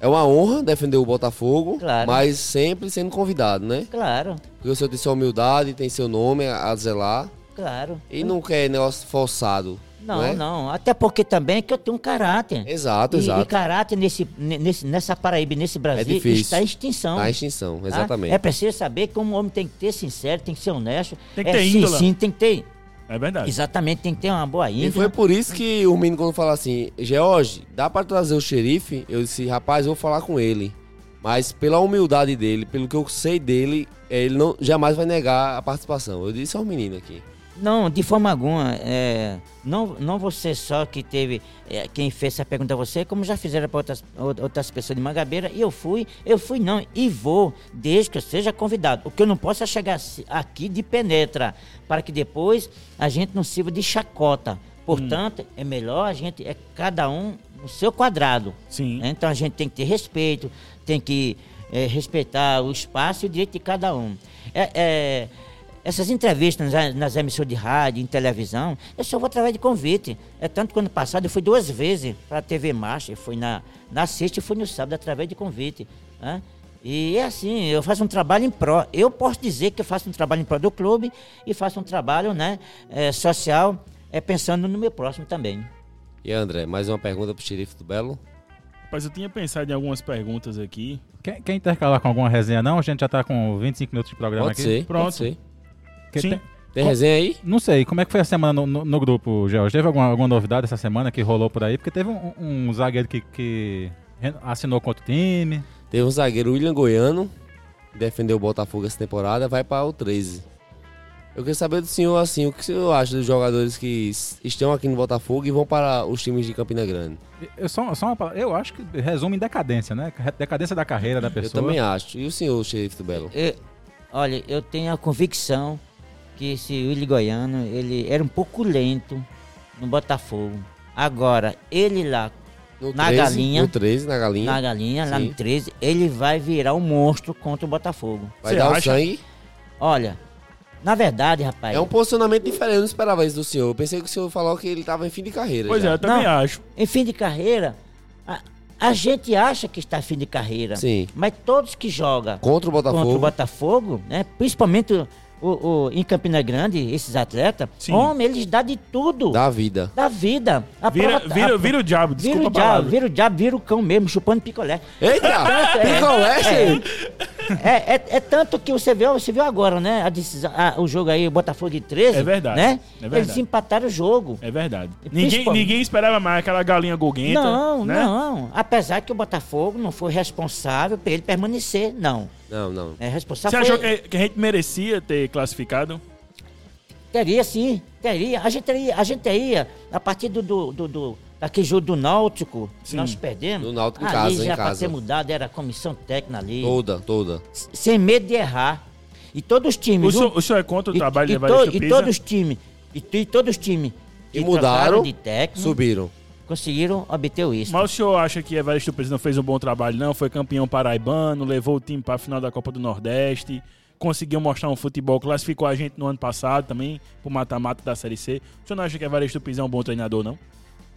é uma honra defender o Botafogo, Claro. mas sempre sendo convidado, né? Claro, Porque o senhor tem sua humildade, tem seu nome a zelar claro. e não quer negócio forçado. Não, né? não. Até porque também é que eu tenho um caráter. Exato, E- E, exato. É caráter nesse, ne- nesse, nessa Paraíba, e nesse Brasil, difícil. está em extinção. Na extinção, tá? exatamente. É preciso saber que um homem tem que ter sincero, tem que ser honesto. Tem que é, ter sim, índola. sim, tem que ter. É verdade. Exatamente, tem que ter uma boa E foi índola. por isso que o menino, quando fala assim, George, dá pra trazer o xerife? Eu disse, rapaz, eu vou falar com ele. Mas pela humildade é, dele, pelo que eu sei dele, ele não jamais vai negar a participação. Eu disse ao menino aqui. Não, de forma alguma. é, não, não você só que teve. é, quem fez essa pergunta a você, como já fizeram para outras, ou- outras pessoas de Mangabeira, e eu fui, eu fui não, e vou, desde que eu seja convidado. O que eu não posso é chegar se- aqui de penetra, para que depois a gente não sirva de chacota. Portanto, é melhor a gente, é cada um no seu quadrado. Sim. né? Então a gente tem que ter respeito, tem que eh, respeitar o espaço e o direito de cada um. É- é, essas entrevistas nas, nas emissoras de rádio, em televisão, eu só vou através de convite. É tanto que ano passado eu fui duas vezes para a TV Marcha, eu fui na, na sexta e fui no sábado através de convite. né? E é assim, eu faço um trabalho em pró. Eu posso dizer que eu faço um trabalho em pró do clube e faço um trabalho né, eh, social, eh, pensando no meu próximo também. E André, mais uma pergunta pro xerife do Belo? Rapaz, eu tinha pensado em algumas perguntas aqui. Quer, quer intercalar com alguma resenha, não? A gente já tá com 25 minutos de programa Pode aqui. ser. Pronto. Pode ser. Que Sim. tem- Tem resenha aí? não sei, como é que foi a semana no, no- no grupo, George? Teve alguma, alguma novidade essa semana que rolou por aí? Porque teve um, um zagueiro que, que re- assinou contra o time. Teve um zagueiro, William Goiano, que defendeu o Botafogo essa temporada, vai para o 13. Eu queria saber do senhor, assim, o que o senhor acha dos jogadores que s- estão aqui no Botafogo e vão para os times de Campina Grande? Eu, só, só uma palavra- eu acho que resume em decadência, né? Decadência da carreira da Eu pessoa. também acho. E o senhor, xerife do Belo? Eu- olha, eu tenho a convicção que esse Willy Goiano, ele era um pouco lento no Botafogo. Agora, ele lá No Na galinha. No 13, na galinha. na galinha, lá Sim. no 13, ele vai virar um monstro contra o Botafogo. Vai Você dar o acha? sangue. Olha, na verdade, rapaz. É um posicionamento diferente, eu não esperava isso do senhor. Eu pensei que o senhor falou que ele estava em fim de carreira. Pois é, já. eu também Não. acho. Em fim de carreira, a, a gente acha que está em fim de carreira. Sim. Mas todos que jogam Contra o Botafogo. contra o Botafogo, né? Principalmente o, o- o- em Campina Grande, esses atletas, Sim. homem, eles dão de tudo. Da vida. da vida. A Vira, prova- tá- vira, a- vira o diabo, vira desculpa o a diabo, palavra. vira o diabo, vira o cão mesmo, chupando picolé. Eita! Tanto é- Picolé, xerife! É, é, é tanto que você viu, você viu agora, né? A decisão, a- o jogo aí, o Botafogo e 13. É verdade, Né? é verdade. Eles empataram o jogo. É verdade. E Ninguém, principalmente- ninguém esperava mais aquela galinha golguenta. não, né? não. Apesar que o Botafogo não foi responsável por ele permanecer, não. Não, não. É Você responsável. achou Foi, que, que a gente merecia ter classificado? Teria sim, teria. A gente teria, a gente teria a partir do, do, do, do- daquele jogo do Náutico, que Sim. nós perdemos. Do Náutico em ali casa, em já pra casa. ter mudado, era a comissão técnica ali. Toda, toda. sem medo de errar. E todos os times. O viu? senhor, o senhor é contra o Uhum. e, trabalho e, de to- Evaristo e Pisa? todos os times. E, tu- e todos os times. E que mudaram, trocaram de técnico, Subiram. conseguiram obter isso. Mas o senhor acha que Evaristo Pisa não fez um bom trabalho, não? Foi campeão paraibano, levou o time para a final da Copa do Nordeste, conseguiu mostrar um futebol, classificou a gente no ano passado também, pro mata-mata da Série C. O senhor não acha que Evaristo Pisa é um bom treinador, não?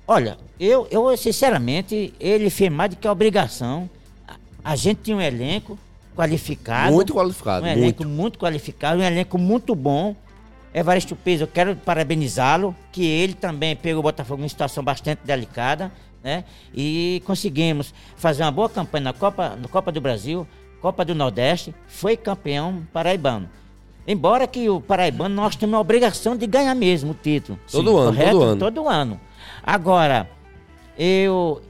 Olha, eu, eu sinceramente, ele fez mais do que a obrigação. A, a gente tinha um elenco qualificado. Muito qualificado, Um muito. elenco muito qualificado, um elenco muito bom. Evaristo Pires, eu quero parabenizá-lo, que ele também pegou o Botafogo em situação bastante delicada, né? E conseguimos fazer uma boa campanha na Copa, na Copa do Brasil, Copa do Nordeste, foi campeão paraibano. Embora que o paraibano nós temos a obrigação de ganhar mesmo o título. Todo ano, todo ano. Todo ano. Agora, eu,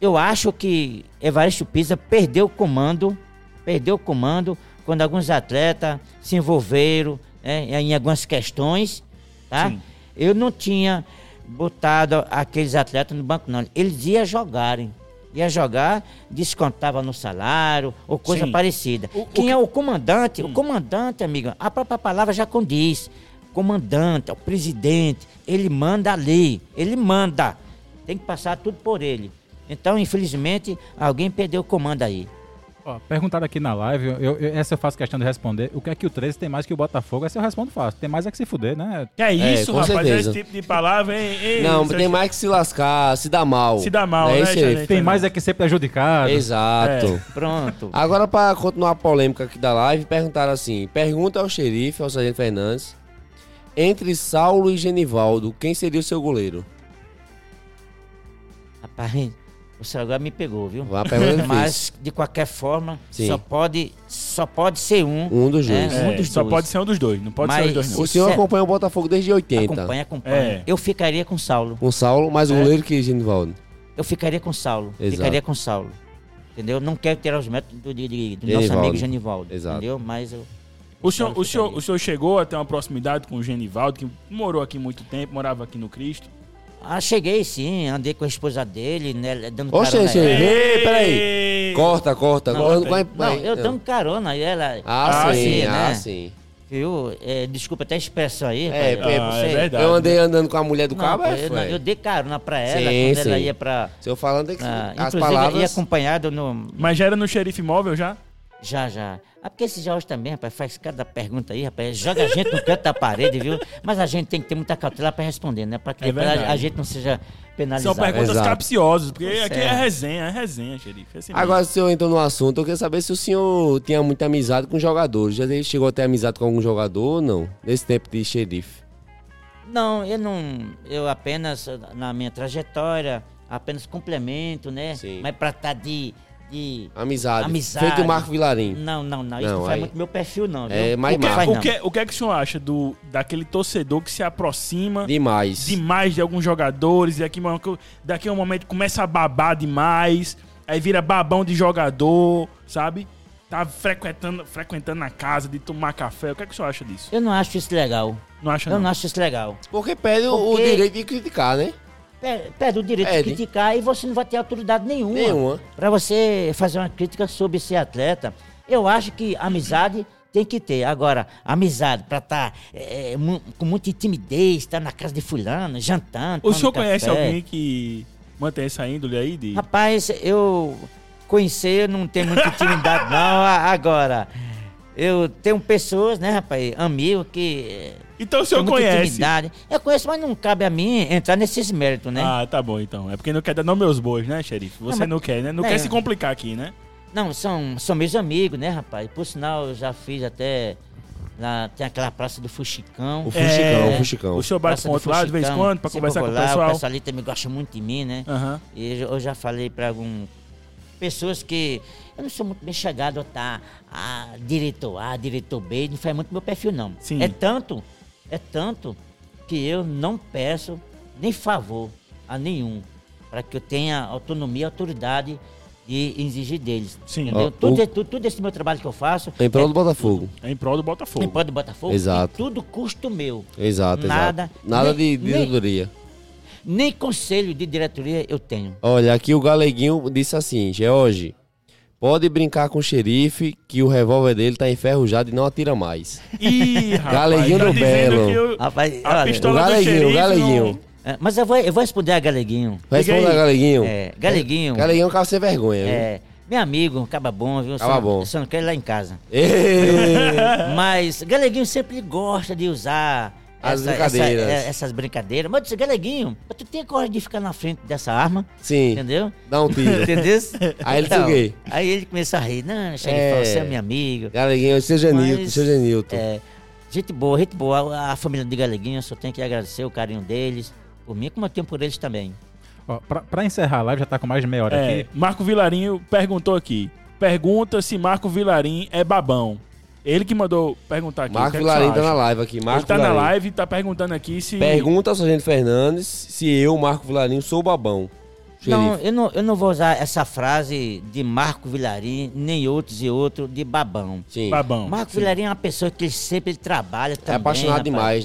eu acho que Evaristo Pisa perdeu o comando, perdeu o comando quando alguns atletas se envolveram né, em algumas questões, tá? Sim. Eu não tinha botado aqueles atletas no banco, não. Eles iam jogarem. Ia jogar, descontava no salário ou coisa Sim. parecida. O- o Quem que- Hum. é o comandante? O comandante, amigo, a própria palavra já condiz. Comandante, o presidente, ele manda ali, ele manda. Tem que passar tudo por ele. Então, infelizmente, alguém perdeu o comando aí. Ó, perguntaram aqui na live, eu- eu- essa eu faço questão de responder. O que é que o 13 tem mais que o Botafogo? Essa eu respondo fácil. Tem mais é que se fuder, né? Que é isso, com rapaz? É certeza. esse tipo de palavra, hein? é Ei, é Não, seu tem mais que se lascar, se dar mal. Se dar mal, Não é né, isso, xerife? Xavier? Tem mais é que ser prejudicado. Exato. É. Pronto. Agora, pra continuar a polêmica aqui da live, perguntaram assim: pergunta ao xerife, ao Sargento Fernandes, entre Saulo e Genivaldo, quem seria o seu goleiro? Rapaz, o senhor agora me pegou, viu? Uma pergunta difícil. Mas, de qualquer forma, Sim. só pode, só pode ser um. Um dos dois. É, um É, dos só dois. pode ser um dos dois, não pode ser Mas- os dois, não. O senhor Certo. acompanha o Botafogo desde 80. Acompanha, É. acompanha. É. Eu ficaria com Saulo. Com Saulo, mais o goleiro que Genivaldo. Eu ficaria com Saulo. Exato. Ficaria com Saulo. Entendeu? Não quero tirar os métodos do, de- de- do nosso Genivaldo. amigo Genivaldo. Exato. Entendeu? Mas eu. O senhor, o, senhor, o senhor chegou a ter uma proximidade com o Genivaldo, que morou aqui muito tempo, morava aqui no Cristo. Ah, cheguei sim, andei com a esposa dele, né? Dando Oxe, carona. a oxe, ela. ei, peraí. Corta, corta. Não, corta. Vai- Não, vai- É. eu dando carona e ela. Ah, Ah, sim, assim, ah, né? sim. Viu? É, desculpa até a expressão aí. É, rapaz, é, eu não é sei. verdade. Eu andei andando com a mulher do Não, cabo, é, eu, não, foi. eu dei carona pra ela Sim, quando ela sim. ia pra. Se eu falando é que Ah, as inclusive, ia palavras... acompanhado no. Mas já era no xerife móvel já? Já, já. Ah, porque esse Jorge também, rapaz, faz cada pergunta aí, rapaz. Joga a gente no canto da parede, viu? Mas a gente tem que ter muita cautela pra responder, né? Pra que É depois a, verdade. a gente não seja São penalizado. perguntas Exato. capciosas, porque Pois aqui é. é resenha, é resenha, xerife. É assim mesmo. Agora, se eu entro no assunto, eu queria saber se o senhor tinha muita amizade com jogadores. Já chegou a ter amizade com algum jogador ou não? Nesse tempo de xerife. Não, eu não. Eu apenas, na minha trajetória, apenas complemento, né? Sim. Mas pra estar de. de... Amizade. Amizade. Feito o Marco Vilarim. Não, não, não. Isso Não, não, faz aí- muito meu perfil, não. É, viu? mais Não faz, marca. o não. que, o que é que o senhor acha do, daquele torcedor que se aproxima Demais. demais de alguns jogadores e aqui, mano, que- daqui a um momento começa a babar demais, aí vira babão de jogador, sabe? Tá frequentando, frequentando a casa de tomar café. O que é que o senhor acha disso? Eu não acho isso legal. Não acha Eu não acho isso legal. Porque perde o- Porque- o direito de criticar, né? Per- Perde o direito Perde. de criticar e você não vai ter autoridade nenhuma. Nenhuma. Pra você fazer uma crítica sobre esse atleta, eu acho que amizade tem que ter. Agora, amizade pra tá, estar com muita intimidez, estar na casa de fulano, jantando. O tomando senhor conhece café. alguém que mantém essa índole aí de... Rapaz, eu conhecer não tenho muita intimidade não a- agora. Eu tenho pessoas, né, rapaz, amigo que eh, Então o tem senhor muita conhece. intimidade. Eu conheço, mas não cabe a mim entrar nesses méritos, né? Ah, tá bom então. É porque não quer dar nome aos bois, né, xerife? Você mas- não quer, né? Não É. quer se complicar aqui, né? Não, são, são meus amigos, né, rapaz? Por sinal, eu já fiz até lá tem aquela praça do Fuxicão. O Fuxicão, o Fuxicão. É, O senhor bate Praça com do outro lado de vez em Fuxicão. quando pra Sempre conversar com vou o lá, pessoal. O pessoal ali também gosta muito de mim, né? Aham. E eu, eu já falei pra algumas pessoas que eu não sou muito bem chegado a estar a diretor A, diretor B, não faz muito meu perfil, não. Sim. É tanto, é tanto que eu não peço nem favor a nenhum para que eu tenha autonomia e autoridade de exigir deles. Sim. Entendeu? Ó, tudo, o- é- tudo, tudo esse meu trabalho que eu faço Em prol do Botafogo. É em prol do é em Botafogo. prol do Botafogo, Exato. e tudo custo meu. Exato, Nada. exato. Nada de Nem- de nem- diretoria. Nem conselho de diretoria eu tenho. Olha, aqui o Galeguinho disse assim, George, pode brincar com o xerife que o revólver dele tá enferrujado e não atira mais. Ih, rapaz. Galeguinho tá do dizendo Belo. que eu- Rapaz, A olha, pistola o do Galeguinho, xerife o Galeguinho. não- é, mas eu vou, eu vou responder a Galeguinho. Responda, aí. Galeguinho. É, Galeguinho. Galeguinho é um cara sem vergonha, viu? É, meu amigo, caba bom, viu? Caba só, bom. Só não quer ir lá em casa. Ê, Mas Galeguinho sempre gosta de usar As brincadeiras. essa- é, essas brincadeiras. Mas eu disse, Galeguinho, mas tu tem coragem de ficar na frente dessa arma, Sim, entendeu? dá um tiro. Entendeu? Então, Aí ele disse o quê? Aí ele começou a rir. Não, xerife, É. você é meu amigo. Galeguinho, seja Mas, Nilton, seja Nilton. É, gente boa, gente boa. A, a família de Galeguinho, eu só tenho que agradecer o carinho deles. Por mim, como eu tenho por eles também. Ó, pra, pra encerrar a live, já tá com mais de meia hora É, aqui. Marco Vilarinho perguntou aqui. Pergunta se Marco Vilarim é babão. Ele que mandou perguntar aqui. Marco o que é que você Vilarim tá acha? na live aqui. Marco Ele tá na Vilarim. live e tá perguntando aqui se. Pergunta ao Sargento Fernandes se eu, Marco Vilarim, sou babão. Não Xerife. eu, não, eu não vou usar essa frase de Marco Vilarim, nem outros e outro de babão. Sim. É Babão. Marco Sim. Vilarim é uma pessoa que ele sempre trabalha também. apaixonado rapaz.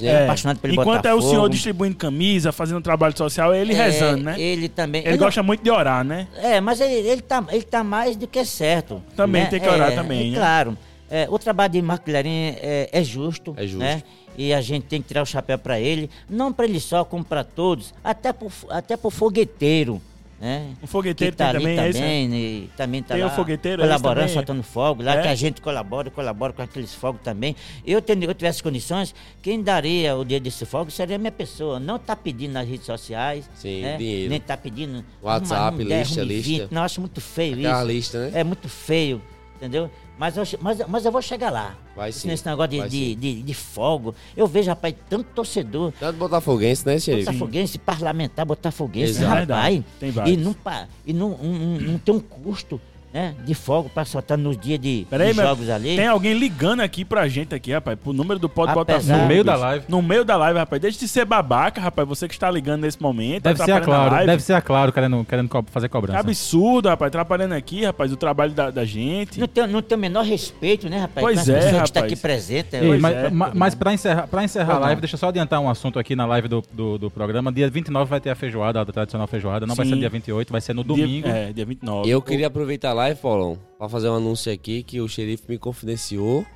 demais, né? É, É. apaixonado pelo Enquanto é o Botafogo. senhor distribuindo camisa, fazendo trabalho social, é ele É, rezando, né? Ele, Ele também. Então, eu não- gosta muito de orar, né? É, mas ele, ele, tá, ele tá mais do que certo. Também tem que orar É, também, e né? Claro. É, o trabalho de Marco Guilherme é, é justo. É justo. Né? E a gente tem que tirar o chapéu para ele. Não para ele só, como para todos. Até pro, até pro fogueteiro. Né? O fogueteiro que tá tem ali também, é esse, também, e também tá Tem o lá fogueteiro, é esse colaborando, também? soltando fogo, lá É? que a gente colabora, colabora com aqueles fogos também. Eu, tendo, eu tivesse condições, quem daria o dia desse fogo seria a minha pessoa. Não tá pedindo nas redes sociais, Sim, né? dinheiro. nem tá pedindo WhatsApp, arruma 10, lista, arruma lista. 20. Não, eu acho muito feio Aquela isso. lista, né? É muito feio, entendeu? Mas eu, che- mas, eu- mas eu vou chegar lá. Vai Esse- sim, Nesse negócio de, vai de, sim. de, de fogo. Eu vejo, rapaz, tanto torcedor. Tanto botafoguense, né, xerife? Botafoguense, parlamentar botafoguense, Exato. rapaz. Tem e vários. não, pa- e não, um- um- não tem um custo né, de folga para soltar nos dias de, Peraí, de mas jogos ali. Tem alguém ligando aqui pra gente aqui, rapaz, pro número do Pod Apesar- Botafogo. No meio da bicho. live. No meio da live, rapaz. Deixa de ser babaca, rapaz, você que está ligando nesse momento. Deve ser a tá atrapalhando Claro, live. deve ser a Claro querendo, querendo co- fazer Que cobrança. absurdo, rapaz, atrapalhando aqui, rapaz, o trabalho da, da gente. Não tem, não tem o menor respeito, né, rapaz? Pois com as é, pessoas que está rapaz. aqui presente. Ei, Pois mas é, ma- todo mas para encerrar, pra encerrar a Pois live, não. deixa eu só adiantar um assunto aqui na live do, do, do programa. Dia 29 vai ter a feijoada, a tradicional feijoada. Não vai Sim. ser dia 28, vai ser no Dia- domingo. é, dia 29. Eu queria aproveitar lá e falar, pra fazer um anúncio aqui que o xerife me confidenciou.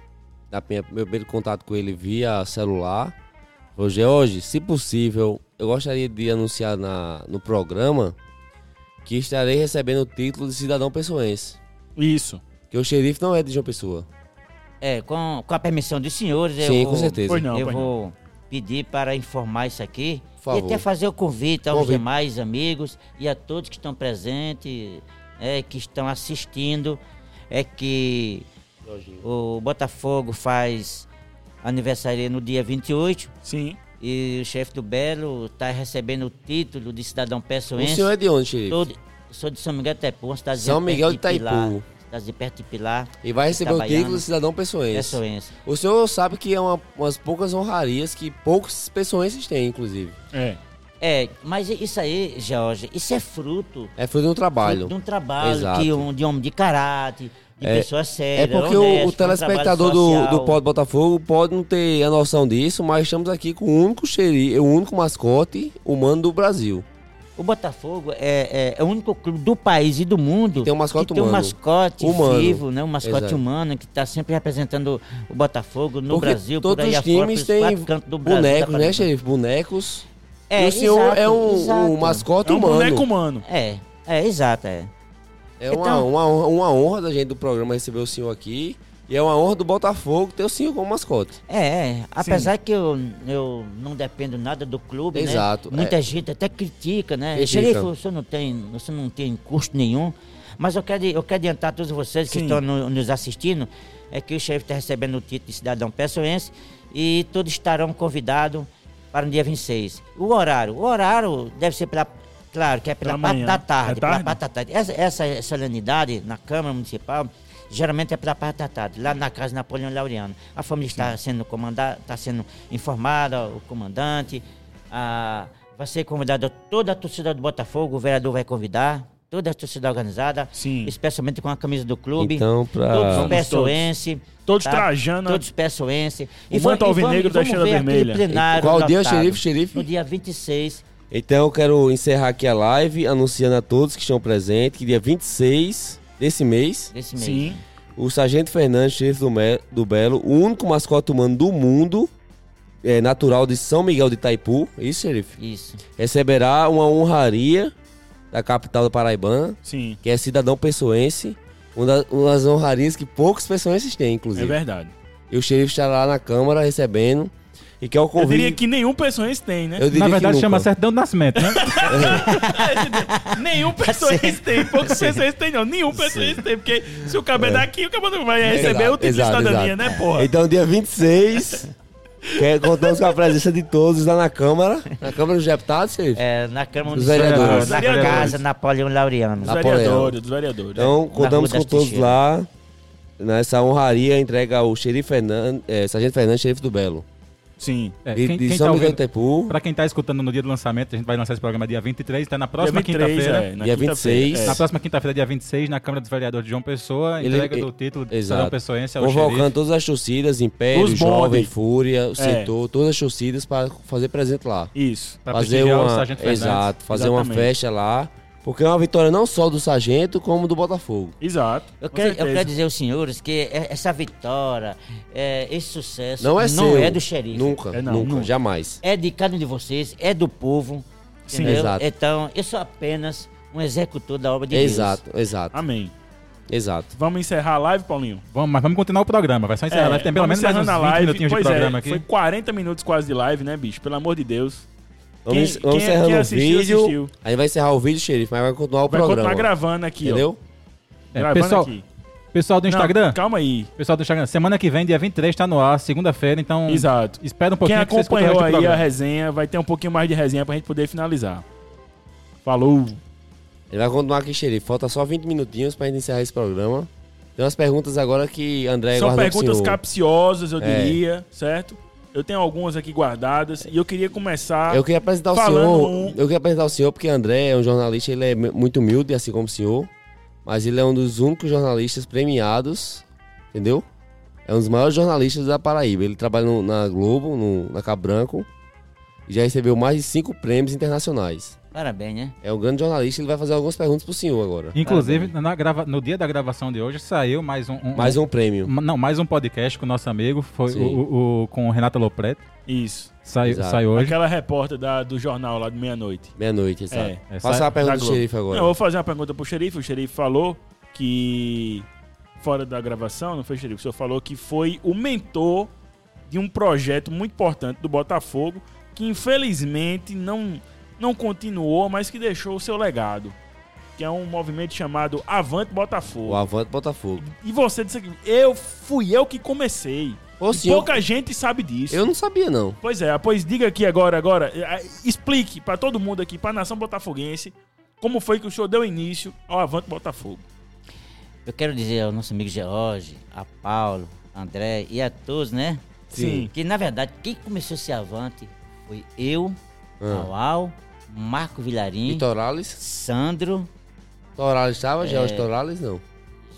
Da minha, meu primeiro contato com ele via celular. Falou, George, se possível, eu gostaria de anunciar na, no programa que estarei recebendo o título de cidadão pessoense. Isso. Que o xerife não é de João Pessoa. É, com, com a permissão dos senhores, é eu Sim, vou, com certeza. Pois não, eu pois não. vou pedir para informar isso aqui Por favor. e até fazer o convite aos Convite. demais amigos e a todos que estão presentes, é, que estão assistindo, é que o Botafogo faz aniversário no dia 28 Sim. e o chefe do Belo está recebendo o título de cidadão O pessoense. senhor é de onde, xerife? Todo- sou de São Miguel de Itaipu, uma cidade São Miguel de Itaipu. Cidade de perto de Pilar, E vai receber o Itabaiana. título de cidadão pessoense. pessoense. O senhor sabe que é uma, umas poucas honrarias que poucos pessoenses têm, inclusive. É. É, mas isso aí, Jorge, isso é fruto É fruto de um trabalho. de um trabalho Exato. que um, de homem de caráter, de É- pessoa É séria. porque o, o telespectador do, do pódio. Pod Botafogo pode não ter a noção disso, mas estamos aqui com o único xeri, o único mascote humano do Brasil. O Botafogo é, é- é o único clube do país e do mundo Tem um mascote que tem um humano. mascote Humano. vivo, né? um mascote Exato. humano que está sempre representando o Botafogo no Porque Brasil, por todos aí os afora, times pelos quatro têm cantos do Brasil. bonecos, da né, Paraíba. xerife? Bonecos. É, e o senhor exato, é um, um exato. mascote É um humano. boneco humano. É, é, exato, é. É uma, Então- uma, honra- uma honra da gente do programa receber o senhor aqui. E é uma honra do Botafogo ter o senhor como mascote. É, é. apesar que eu, eu não dependo nada do clube, né? Exato, Muita gente até critica, né? Critica. Xerife, o senhor não tem, o senhor não tem custo nenhum. Mas eu quero, eu quero adiantar a todos vocês que Sim. estão no- nos assistindo, é que o xerife está recebendo o título de cidadão pessoense e todos estarão convidados para o dia 26. O horário, o horário deve ser pela, claro, que é pela Pela parte manhã. da É tarde? tarde, pela parte da tarde. Essa, essa solenidade na Câmara Municipal geralmente é pela parte da tarde, lá na casa Napoleão Laureano. A família está sendo comandada, está sendo informada, o comandante, a- vai ser convidada toda a torcida do Botafogo, o vereador vai convidar, toda a torcida organizada, Sim. especialmente com a camisa do clube. Então, pra- Todos os Vamos pessoense. tá? Todos trajando a- Todos pessoense. O manto alvinegro da estrela vermelha. Qual dia, xerife, xerife? No dia 26 Então eu quero encerrar aqui a live, anunciando a todos que estão presentes que dia 26 desse mês, desse mês. Sim. o Sargento Fernandes, chefe do, Me- do Belo, o único mascote humano do mundo, é, natural de São Miguel de Itaipu, isso, xerife, Isso. receberá uma honraria da capital da Paraibana, Sim. que é cidadão pessoense, uma da- uma das honrarias que poucos pessoenses têm, É inclusive. verdade. e o xerife estará lá na Câmara recebendo, e que é o Eu convite... diria que nenhum pessoense tem, né? eu diria Na que verdade, nunca. chama certidão de nascimento, né? nenhum pessoense tem. Poucos pessoense tem, não. Nenhum pessoense tem. Porque se o cabelo é daqui, o cabelo vai receber Exato, o título de exato, cidadania, exato. né, porra? Então, dia 26, que- é, contamos com a presença de todos lá na Câmara. Na Câmara dos Deputados, Serif? É, na Câmara Os Municipal, vereadores. na Os vereadores. casa Napoleão Laureano. Dos Napoleão. vereadores, dos vereadores. Então, contamos Rua com das todos Teixeiras. lá. Nessa honraria, entrega ao xerife Fernandes, é, Sargento Fernandes, xerife do Belo. Sim. É, De, quem, de um quem São tá Miguel do ouvindo, Tepu. pra quem tá escutando no dia do lançamento, a gente vai lançar esse programa dia 23, tá na Dia próxima 23, quinta-feira. é, na Dia quinta-feira. 26. Na É. próxima quinta-feira, dia 26, na Câmara dos Vereadores de João Pessoa, Ele- entrega e- do título de cidadão Exato. pessoense ao Convocando xerife. É. todas as torcidas, Império, Os Jovem, bondes. Fúria, o Setor, todas as torcidas para fazer presente lá. Isso. Pra fazer prestigiar o uma, Sargento Fernandes. exato, fazer uma Exatamente. festa lá. Porque é uma vitória não só do Sargento, como do Botafogo. Exato. Eu com quero, eu certeza. quero dizer aos senhores que é- essa vitória, é, esse sucesso, Não é seu. é do xerife. Nunca, É não, nunca, nunca. jamais. É de cada um de vocês, é do povo. Sim. entendeu? Exato. Então, eu sou apenas um executor da obra de Deus. Exato, exato, Amém. Ah. exato. Vamos encerrar a live, Paulinho? Vamos, mas vamos continuar o programa, vai só encerrar a live. Tem pelo É, vamos menos mais uns 20 encerrando a live. minutinhos pois de programa é, aqui. Foi 40 minutos quase de live, né, bicho? Pelo amor de Deus. Vamos, Quem- vamos quem- encerrando quem o assistiu, vídeo. assistiu. A gente vai encerrar o vídeo, xerife, mas vai continuar o Vai programa. continuar gravando aqui, entendeu? ó. É, Gravando pessoal, aqui. Pessoal do Não, Instagram? calma aí. Pessoal do Instagram, semana que vem, dia 23, tá no ar, segunda-feira, então. Exato. Espera um Quem pouquinho que você escuta o resto acompanhou do aí a programa. resenha, vai ter um pouquinho mais de resenha pra gente poder finalizar. Falou. Ele vai continuar aqui, xerife. Falta só 20 minutinhos pra gente encerrar esse programa. Tem umas perguntas agora que André São guardou É, pro perguntas senhor. capciosas, eu É. diria, certo? Eu tenho algumas aqui guardadas e eu queria começar. Eu queria apresentar o Falando senhor. um- Eu queria apresentar o senhor porque André é um jornalista, ele é mu- muito humilde, assim como o senhor. Mas ele é um dos únicos jornalistas premiados, entendeu? É um dos maiores jornalistas da Paraíba. Ele trabalha no- na Globo, no- na Cabo Branco. E já recebeu mais de cinco prêmios internacionais. Parabéns, né? É um grande jornalista, ele vai fazer algumas perguntas pro senhor agora. Inclusive, na grava- no dia da gravação de hoje, saiu mais um. Mais um prêmio. Ma- Não, mais um podcast com o nosso amigo, foi Sim. o, o- o- com o Renata Lopretti. Isso. Saiu, Exato. saiu hoje. Aquela repórter da- do jornal lá de meia-noite. Meia-noite, exato. É, Faça sai- a pergunta da do Globo. xerife Não, agora. eu vou fazer uma pergunta pro xerife. O xerife falou que. Fora da gravação, não foi, xerife? O senhor falou que foi o mentor de um projeto muito importante do Botafogo, que infelizmente não, não continuou, mas que deixou o seu legado. Que é um movimento chamado Avante Botafogo. O Avante Botafogo. E você disse aqui, eu fui eu que comecei. Ô, E senhor, Pouca gente sabe disso. eu não sabia, não. Pois é, pois diga aqui agora, agora, eh, eh, explique pra todo mundo aqui, pra nação botafoguense, como foi que o senhor deu início ao Avante Botafogo. Eu quero dizer ao nosso amigo George, a Paulo, André e a todos, né? Sim. Que na verdade, quem começou esse avante foi eu, Ah. Aual, Marco Vilarim, E Torales? Sandro, Torales estava? É. George Torales, não.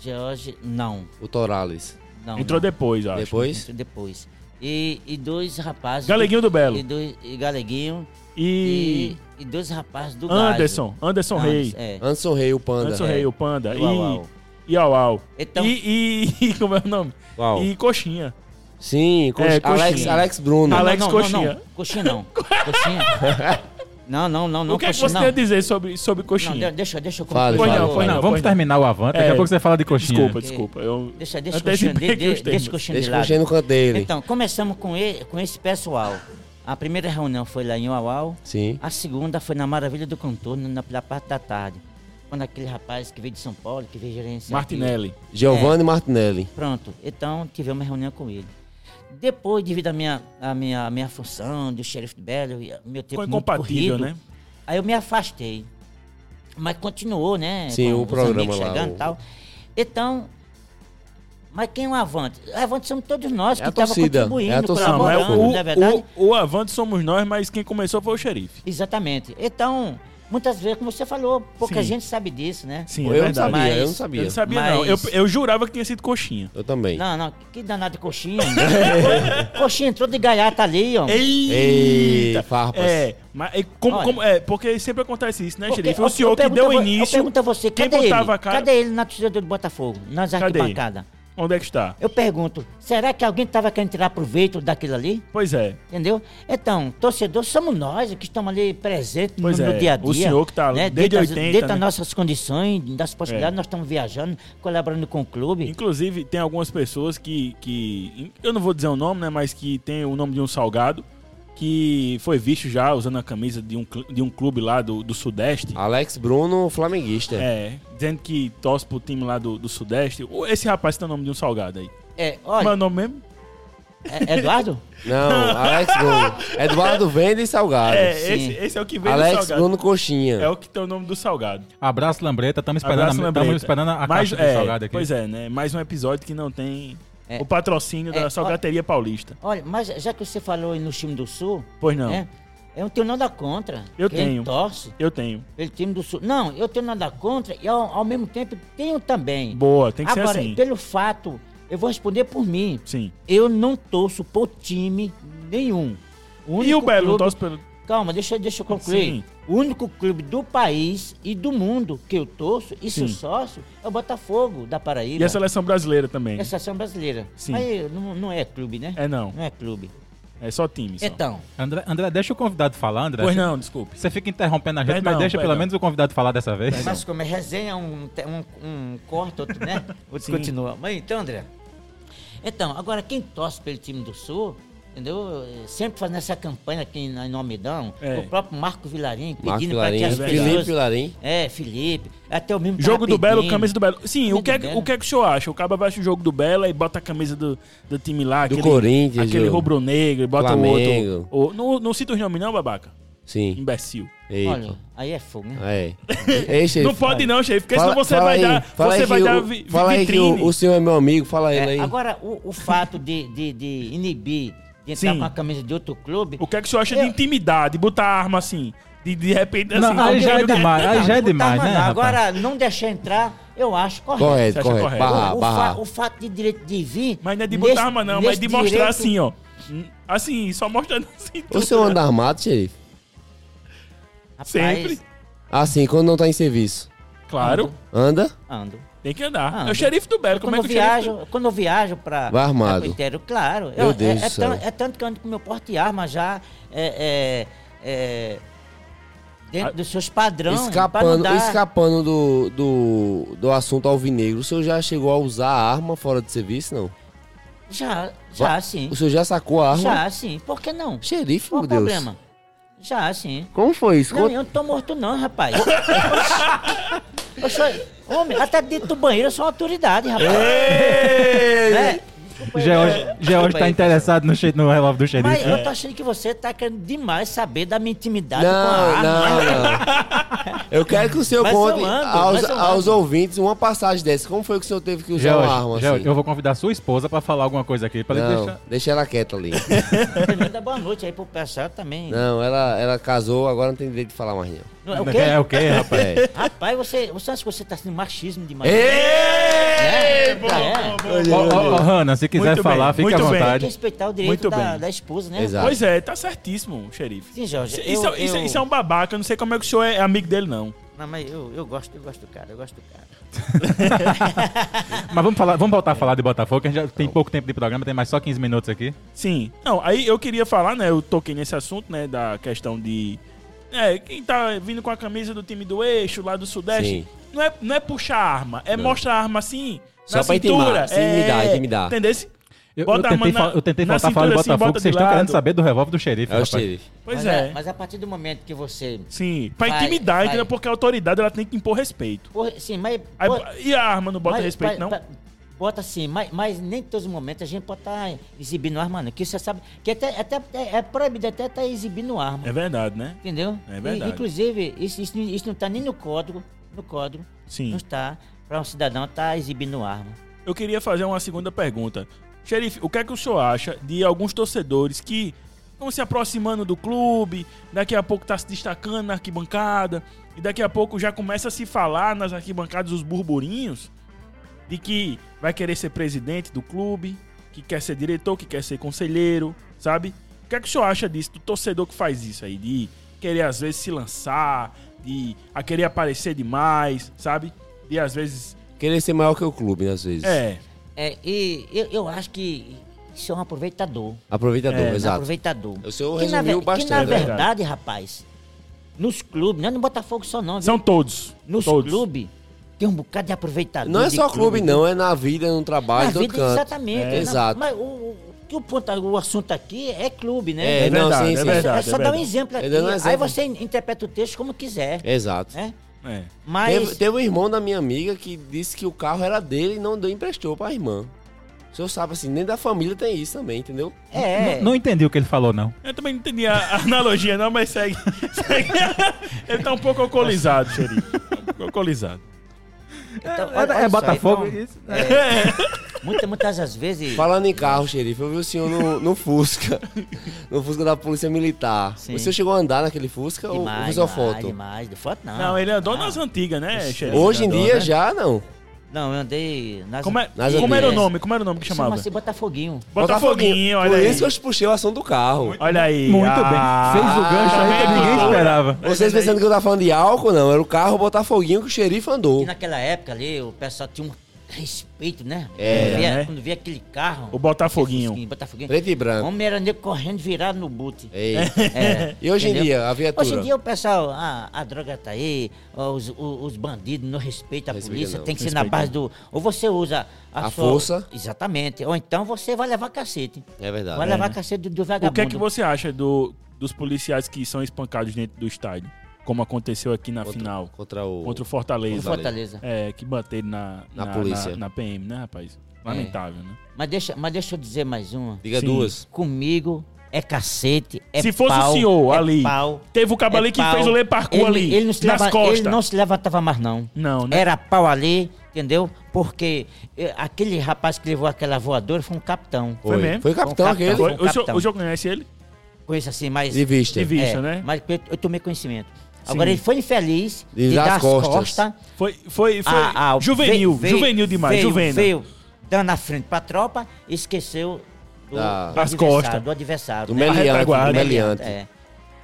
George. Não, O Torales. não. Entrou depois, acho. Depois? Entrou depois. E, e dois rapazes. Galeguinho do Belo. E, dois, e Galeguinho. E, E, e dois rapazes do Galo. Anderson, Anderson Rei. É. Anderson Rei, o Panda. Anderson É. Rei, o Panda. E E o Aual. E Auau. Então- E, e- como é o nome? Qual? E Coxinha. Sim, co- É, coxinha. Alex, Alex Bruno. Ale- Alex não, Coxinha. Não, não. Coxinha não. Coxinha. Não, não, não, não. o que é que coxinha, você não. tem a dizer sobre, sobre Não, Coxinha? de- deixa, deixa eu Fale, fale, concluir. Pois não, Não, fale. vamos terminar o Avante, daqui É. a pouco você fala de coxinha. Desculpa, Ok. desculpa. Eu Deixa, deixa o antecipei coxinha, de, aqui os de, deixa o termos. coxinha de Deixa o lado. coxinha no canto dele. Então, começamos com, e- com esse pessoal. A primeira reunião foi lá em Uauau. é. Sim. A segunda foi na Maravilha do Contorno, na, na parte da tarde. Quando aquele rapaz que veio de São Paulo, que veio gerenciar... Martinelli. Giovanni Martinelli. Pronto, então tive uma reunião com ele. Depois, devido à minha, à minha, à minha função de xerife de Belo, e ao meu tempo Ficou muito incompatível, corrido, né? Aí eu me afastei. Mas continuou, né? Sim, o os programa amigos lá, chegando e o- tal. Então, mas quem é o Avante? O Avante somos todos nós É que a estávamos torcida, contribuindo, é a torcida do Não, é colaborando, Botafogo. o, na verdade. o, o Avante somos nós, mas quem começou foi o xerife. Exatamente. Então, muitas vezes, como você falou, pouca Sim. gente sabe disso, né? Sim, eu não é verdade. sabia, eu não Mas- Eu sabia. não sabia, Mas- não. Eu, eu jurava que tinha sido coxinha. Eu também. Não, não, que danado de coxinha. coxinha entrou de gaiata ali, ó. Ei, farpas. É, mas e como, Olha. como- é, porque sempre acontece isso, né, Porque- xerife? eu- O eu senhor que pergunto deu a vo- início. Eu pergunto a você, quem cadê ele? botava a cara- Cadê ele na torcida do Botafogo? Nas Cadê ele? arquibancadas. Onde é que está? Eu pergunto, será que alguém estava querendo tirar proveito daquilo ali? Pois é. Entendeu? Então, torcedor, somos nós que estamos ali presentes no, Pois é, no dia a o dia. senhor que tá né? desde dentro das- 80, Dentro né? das É. nossas condições, das possibilidades, nós estamos viajando, colaborando com o clube. Inclusive, tem algumas pessoas que, que. Eu não vou dizer o nome, né? Mas que tem o nome de um salgado que foi visto já usando a camisa de um, cl- de um clube lá do, do Sudeste. Ah, Alex Bruno, flamenguista. É, dizendo que torce pro time lá do, do Sudeste. Ô, Esse rapaz tem o nome de um salgado aí. É, Como é o olha, nome mesmo? é- Eduardo, Não, Alex Bruno. Eduardo Vende e Salgado. É, sim. esse, esse é o que vem do Alex salgado. Bruno Coxinha. É o que tem o nome do salgado. Abraço, Lambreta. Estamos esperando, Abraço, a- Lambreta. tamo esperando a Mais- caixa é, de salgado aqui. Pois é, né? Mais um episódio que não tem É. o patrocínio É, da ó. Salgateria Paulista. olha, mas já que você falou aí no time do Sul, Pois não. né? Eu não tenho nada contra. Eu quem tenho. torce Eu tenho. pelo time do Sul. Não, eu tenho nada contra e ao, ao mesmo tempo tenho também. Boa, tem que Agora, ser assim. pelo fato, eu vou responder por mim. Sim. Eu não torço por time nenhum. E o único Belo, clube- torce pelo. Calma, deixa, deixa eu concluir. Sim. O único clube do país e do mundo que eu torço e seu Sim. sócio é o Botafogo da Paraíba. E a seleção brasileira também. É a seleção brasileira. Sim. Mas não, não é clube, né? É não. Não é clube. É só time. Só. Então, André, André, deixa o convidado falar, André. Pois não, desculpe. Você fica interrompendo a gente, Perdão, mas deixa perdão. pelo menos o convidado falar dessa vez. mas como é resenha, um, te- um, um corta, outro, né? Outro Sim. continua. Mas então, André. Então, agora quem torce pelo time do Sul, entendeu? Eh, Sempre fazendo essa campanha aqui na- em Nomidão, É. o próprio Marco Vilarim Marco pedindo para que Vilarim. as verdade. Felipe pessoas... Vilarim. É, Felipe. Até o mesmo tava Jogo do Belo, pedindo. camisa do Belo. Sim, o Camisa que, é, do que- Belo. o que é que o senhor acha? O cara vai o jogo do Belo e bota a camisa do, do time lá. Do Corinthians, Aquele do- rubro-negro, e bota o Flamengo. outro. o- não, não cita os nomes não, babaca? Sim. Imbecil. Eita. Olha, aí é fogo, né? É. Ei, xerife, não pode não, chefe, porque fala- senão você fala vai aí, dar, fala você aí vai que dar o- vi- Fala aí que vitrine. o, o senhor é meu amigo, fala ele aí. É, agora, o, o fato de, de, de inibir, de entrar Sim. com a camisa de outro clube, O que é que o senhor acha Eu- de intimidade, botar arma assim? De, de repente assim. Não, aí alguém já é olha- demais, aí já é não tá demais, né? mandando. rapaz? Agora, não deixar entrar, eu acho correto. Você Correto, acha correto. correto? é? Barra, o, o barra. fa- o fato de direito de vir. Mas não é de nesse- botar arma não, mas nesse de mostrar direito- assim, ó. Assim, só mostrando assim. O senhor anda armado, xerife? Rapaz, Sempre. Assim, quando não tá em serviço. Ah, Claro, Anda? Ando. tem que andar. Ah, é o xerife do Belo, como é Quando, eu que o xerife... viajo, quando eu viajo pra. Vai armado. pra pro interior, claro. Meu Eu- Deus é, do é céu. tan- é tanto que eu ando com meu porte de arma já. é, é, é, dentro Ah, dos seus padrões. pra não escapando dar- escapando do, do, do assunto alvinegro, o senhor já chegou a usar a arma fora de serviço, não? Já, já sim. O senhor já sacou a arma? Já sim. Por que não? Xerife, Qual meu o Deus. problema? Já sim. Como foi isso? Não, Conta- eu não tô morto não, rapaz. eu sou... Homem, até dentro do banheiro eu sou uma autoridade, rapaz. Né? George, George Desculpa tá aí, interessado no, che- no relógio do xerife. Mas né? eu tô achando que você tá querendo demais saber da minha intimidade com a Não, arma. não, não. Eu quero que o senhor Mas eu conte mando, aos, mas eu aos mando. ouvintes uma passagem dessa. Como foi que o senhor teve que usar George, uma arma George, assim? eu vou convidar sua esposa pra falar alguma coisa aqui. Pra ele Não, deixar... deixa ela quieta ali. Manda boa noite aí pro pessoal também. Não, ela, ela casou, agora não tem direito de falar mais não. Não, é o É quê? o quê, rapaz? É. Rapaz, você, você acha que você tá sendo machismo demais? Ei, bom, É. bom, bom. Ô, ô, ô, Hannah, se quiser Muito bem, falar, fique à muito bem. Tem que vontade. respeitar o direito Muito da, bem. da esposa, né? Exato. Pois é, tá certíssimo, xerife. Sim, Jorge. Isso, eu- isso- isso- eu- isso é um babaca, eu não sei como é que o senhor é amigo dele, não. Não, mas eu, eu gosto, eu gosto do cara, eu gosto do cara. Mas vamos, falar, vamos voltar a falar de Botafogo, que a gente já tem pouco tempo de programa, tem mais só 15 minutos aqui. Sim. Não, aí eu queria falar, né? Eu toquei nesse assunto, né? Da questão de. É, quem tá vindo com a camisa do time do eixo, lá do Sudeste, Sim. não é, não é puxar a arma, é Não. mostrar a arma assim. Só na pra cintura. intimar, se intimidar, é, intimidar. Entendeu? Eu, Bota eu a tentei, mão na- fa- eu tentei na voltar a falar de cintura, assim, Botafogo, bota de vocês estão lado. querendo saber do revólver do xerife, É o rapaz. xerife. Pois mas, é. a- mas a partir do momento que você. Sim, pra Vai, intimidar, vai. entendeu? Porque a autoridade ela tem que impor respeito. Porra, sim, mas. Aí, pô- e a arma não bota Mas- tá respeito, mas- não? mas- Bota sim, mas, mas nem todos os momentos a gente pode estar exibindo arma, não. Que você sabe que até, até é, é proibido até estar exibindo arma. É verdade, né? Entendeu? É verdade. E, inclusive, isso, isso, isso não está nem no código. No código. Sim. Não está para um cidadão estar exibindo arma. Eu queria fazer uma segunda pergunta. Xerife, o que é que o senhor acha de alguns torcedores que estão se aproximando do clube, daqui a pouco tá se destacando na arquibancada, e daqui a pouco já começa a se falar nas arquibancadas os burburinhos de que vai querer ser presidente do clube, que quer ser diretor, que quer ser conselheiro, sabe? O que é que o senhor acha disso, do torcedor que faz isso aí, de querer às vezes se lançar, de a querer aparecer demais, sabe? De às vezes. Querer ser maior que o clube, né, às vezes. É, É, e eu, eu acho que isso é um aproveitador. Aproveitador, É, um exato. aproveitador. O senhor que na, ve- resumiu Que na bastante. É verdade. verdade, rapaz, nos clubes, não é no Botafogo só não, viu? São todos. nos todos. clubes tem um bocado de aproveitador. Não é de só clube, não, é na vida, no Na trabalho, no vida, canto. exatamente. É, Não, exato. Mas o, o, que o, ponto, o assunto aqui é clube, né? É, É não, verdade, sim, é sim. verdade. É só dar um verdade. exemplo aqui. É dando um Aí exemplo. você interpreta o texto como quiser. Exato. Né? É. Mas. Teve, teve um irmão da minha amiga que disse que o carro era dele e não deu emprestou pra irmã. O senhor sabe assim, nem da família tem isso também, entendeu? É. Não entendi o que ele falou, não. Eu também não entendi a a analogia, não, mas segue. segue. Ele tá um pouco alcoolizado, xerife. Tá um pouco alcoolizado. então, É- olha- é olha só, Botafogo, então, isso, é, muita- muitas das vezes. Falando em carro, xerife, eu vi o senhor no, no Fusca. No Fusca da Polícia Militar. Sim. O senhor chegou a andar naquele Fusca ou- ou Demais, foi só demais, foto? demais. De foto não. Ah, Não, ele andou Não. nas antigas, né, xerife? Hoje em Andou, dia né? já não. Não, eu andei nas. Como, é- Nas como era o antigas. nome? Como era o nome que chamava? Chama-se Botafoguinho. Botafoguinho, olha Por aí. isso que eu te puxei o assunto do carro. Olha aí. Muito Ah, bem. Fez o gancho tá aí que vendo? ninguém esperava. Vocês pensando que eu tava falando de álcool, não. Era o carro Botafoguinho que o xerife E andou. naquela época ali, o pessoal tinha um respeito, né? É, quando via, né? quando via aquele carro. O Botafoguinho. Esse Botafoguinho. Preto e O branco. homem era negro correndo virado no boot. Ei. É. E hoje em Entendeu? dia, a Hoje em viatura. dia o pessoal, a, a droga tá aí, ó, os, o- os bandidos não respeitam a Respeita polícia, não. tem que ser Respeita na base do. Ou você usa a, A sua- força. Exatamente. Ou então você vai levar cacete. É verdade. vai levar cacete do, do né? O vagabundo. que é que você acha do- dos policiais que são espancados dentro do estádio? Como aconteceu aqui na Contra- final. Contra o. Contra o Do Fortaleza. Fortaleza. É, que bateram na, Na polícia. Na, É. PM, né, rapaz? Lamentável, né? Mas, deixa, mas deixa eu dizer mais uma. Diga Sim. duas. Comigo é cacete, é Se fosse pau, o senhor é ali, pau, é teve o cabo ali que pau. fez o Le Parkour Ele- ali, ele não se nas leva- costas. Ele não se levantava mais, não. Não, né? Era pau ali, entendeu? Porque eh, aquele rapaz que levou aquela voadora foi um capitão. Foi mesmo? Foi o capitão Foi o aquele. Foi- um o, senhor, capitão. o senhor conhece ele? Coisa assim, mas... De vista. De vista, é, né? Mas eu, eu tomei conhecimento. Sim. Agora, ele foi infeliz De de, dar dar as as costas. costas. Foi, foi, foi a- a- juvenil, Ah, veio- juvenil demais, veio, juvenil. Veio dando a frente pra tropa e esqueceu do, Da- do Das adversário, costas. do adversário. Do né? meliante. Do retaguarda. meliante. É.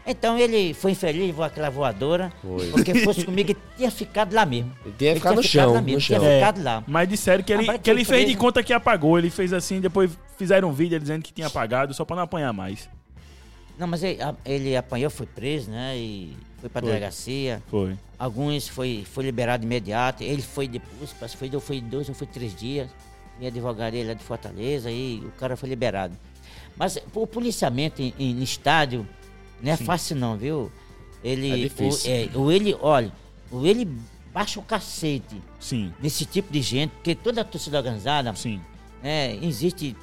Então ele foi infeliz, voou aquela voadora, Foi. porque fosse comigo ele tinha ficado lá mesmo. Ele tinha ficado no chão, lá no mesmo, chão. Tinha É, ficado lá. Mas disseram que ele, Ah, mas que ele que fez de beleza. conta que apagou. Ele fez assim, depois fizeram um vídeo dizendo que tinha apagado só pra não apanhar mais. Não, mas ele, a- ele apanhou, foi preso, né? E foi pra delegacia. Foi. Alguns foi, foi liberado imediato. Ele foi depois, parece que foi, do- foi dois ou foi três dias. Minha advogada ele é de Fortaleza e o cara foi liberado. Mas o policiamento em, em estádio não é fácil não, viu? Ele, É difícil. O, é, ou ele, olha, ou ele baixa o cacete Sim, nesse tipo de gente, porque toda a torcida organizada, sim. né, existe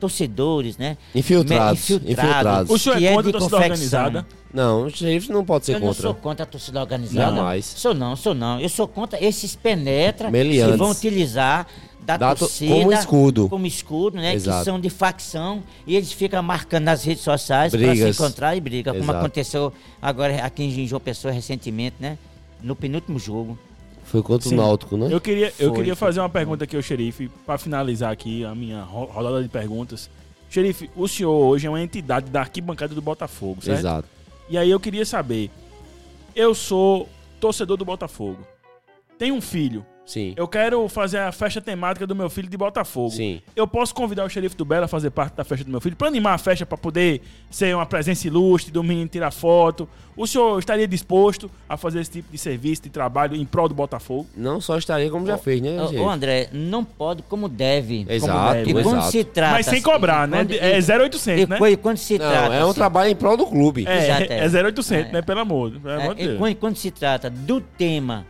torcedores, né? Infiltrados, Me- infiltrados. O senhor que é contra a de torcida confecção. organizada? Não, o xerife não pode ser É. Eu não contra. sou contra a torcida organizada. Jamais. Sou não, sou não. Eu sou contra esses penetra Meliantes. que vão utilizar da, Da to- torcida como escudo. como escudo, né? Exato. Que são de facção e eles ficam marcando nas redes sociais para se Brigas. encontrar e briga, como Exato. aconteceu agora aqui em João Pessoa recentemente, né? No penúltimo jogo. Foi contra Sim. o Náutico, né? Eu queria, eu Foi, queria foi. fazer uma pergunta aqui ao xerife, pra finalizar aqui a minha ro- rodada de perguntas. Xerife, o senhor hoje é uma entidade da arquibancada do Botafogo, certo? Exato. E aí eu queria saber, eu sou torcedor do Botafogo, tenho um filho, Sim. eu quero fazer a festa temática do meu filho de Botafogo. Sim. Eu posso convidar o xerife do Belo a fazer parte da festa do meu filho, pra animar a festa, pra poder ser uma presença ilustre, do menino tirar foto. O senhor estaria disposto a fazer esse tipo de serviço, de trabalho em prol do Botafogo? Não só estaria como já fez, né, Ô, gente? ô, André, não pode é? como deve. Exato, deve. E quando exato. se trata. Mas sem cobrar, e né? quando- e- É 0800, e né? quando- E quando se trata. Não, é um assim, trabalho em prol do clube. É, Exato, é. é 0800, É. né? Pelo amor, pelo É, amor de e Deus. quando, quando se trata do tema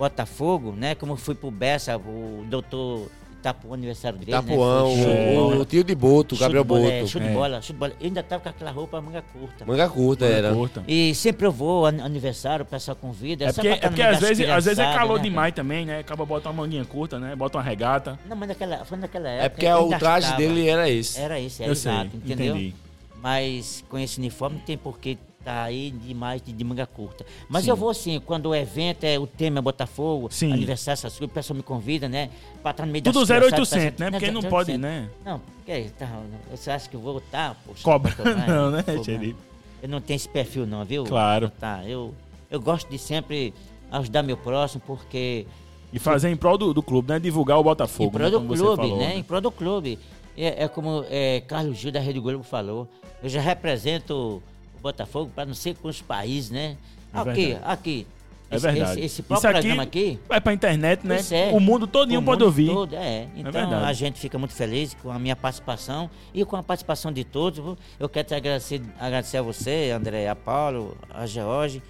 Botafogo, né? Como foi pro Bessa, o doutor Itapuã, aniversário dele. Itapuão, né, foi chute de o, bola. o tio de Boto, o Chute Gabriel de bola, é, Boto. Chute É. de bola, chute de bola. Eu ainda tava com aquela roupa manga curta. Manga curta era. Curta. E sempre eu vou, an- aniversário, o pessoal convida. É só porque, pra tá é no porque meio às, das vezes, às vezes é criançadas, calor né? demais também, né? Acaba bota uma manguinha curta, né? Bota uma regata. Não, mas naquela, foi naquela época. É porque eu o ainda traje estava. dele era esse. Era esse, era Eu sei, exato, entendeu? entendi. Mas com esse uniforme não tem porquê tá aí demais de, de manga curta. Mas eu vou assim, quando o evento é o tema é Botafogo, Sim. aniversário, essas coisas, o pessoal me convida, né? Pra estar no meio Tudo das criançadas, 0800, pra- né? Porque não 0800. pode, né? Não, porque aí, tá, você acha que eu vou estar, poxa. Cobra. tô lá, Não, né, fogo, Xerife? Eu não tenho esse perfil não, viu? Claro. Tá, eu, eu gosto de sempre ajudar meu próximo, porque E fazer em prol do, do clube, né? Divulgar o Botafogo. em prol do né? Como você clube, falou, né? Em prol do clube. É, é como é, Carlos Gil da Rede Globo falou. Eu já represento o Botafogo para não sei quantos países, né? É aqui, verdade. aqui. É Esse- verdade. Esse, esse próprio programa aqui. Vai pra internet, né? Pois é. O mundo todinho o pode mundo ouvir. todo, é. Então verdade. a gente fica muito feliz com a minha participação e com a participação de todos. Eu quero te agradecer, agradecer a você, André, a Paulo, a George,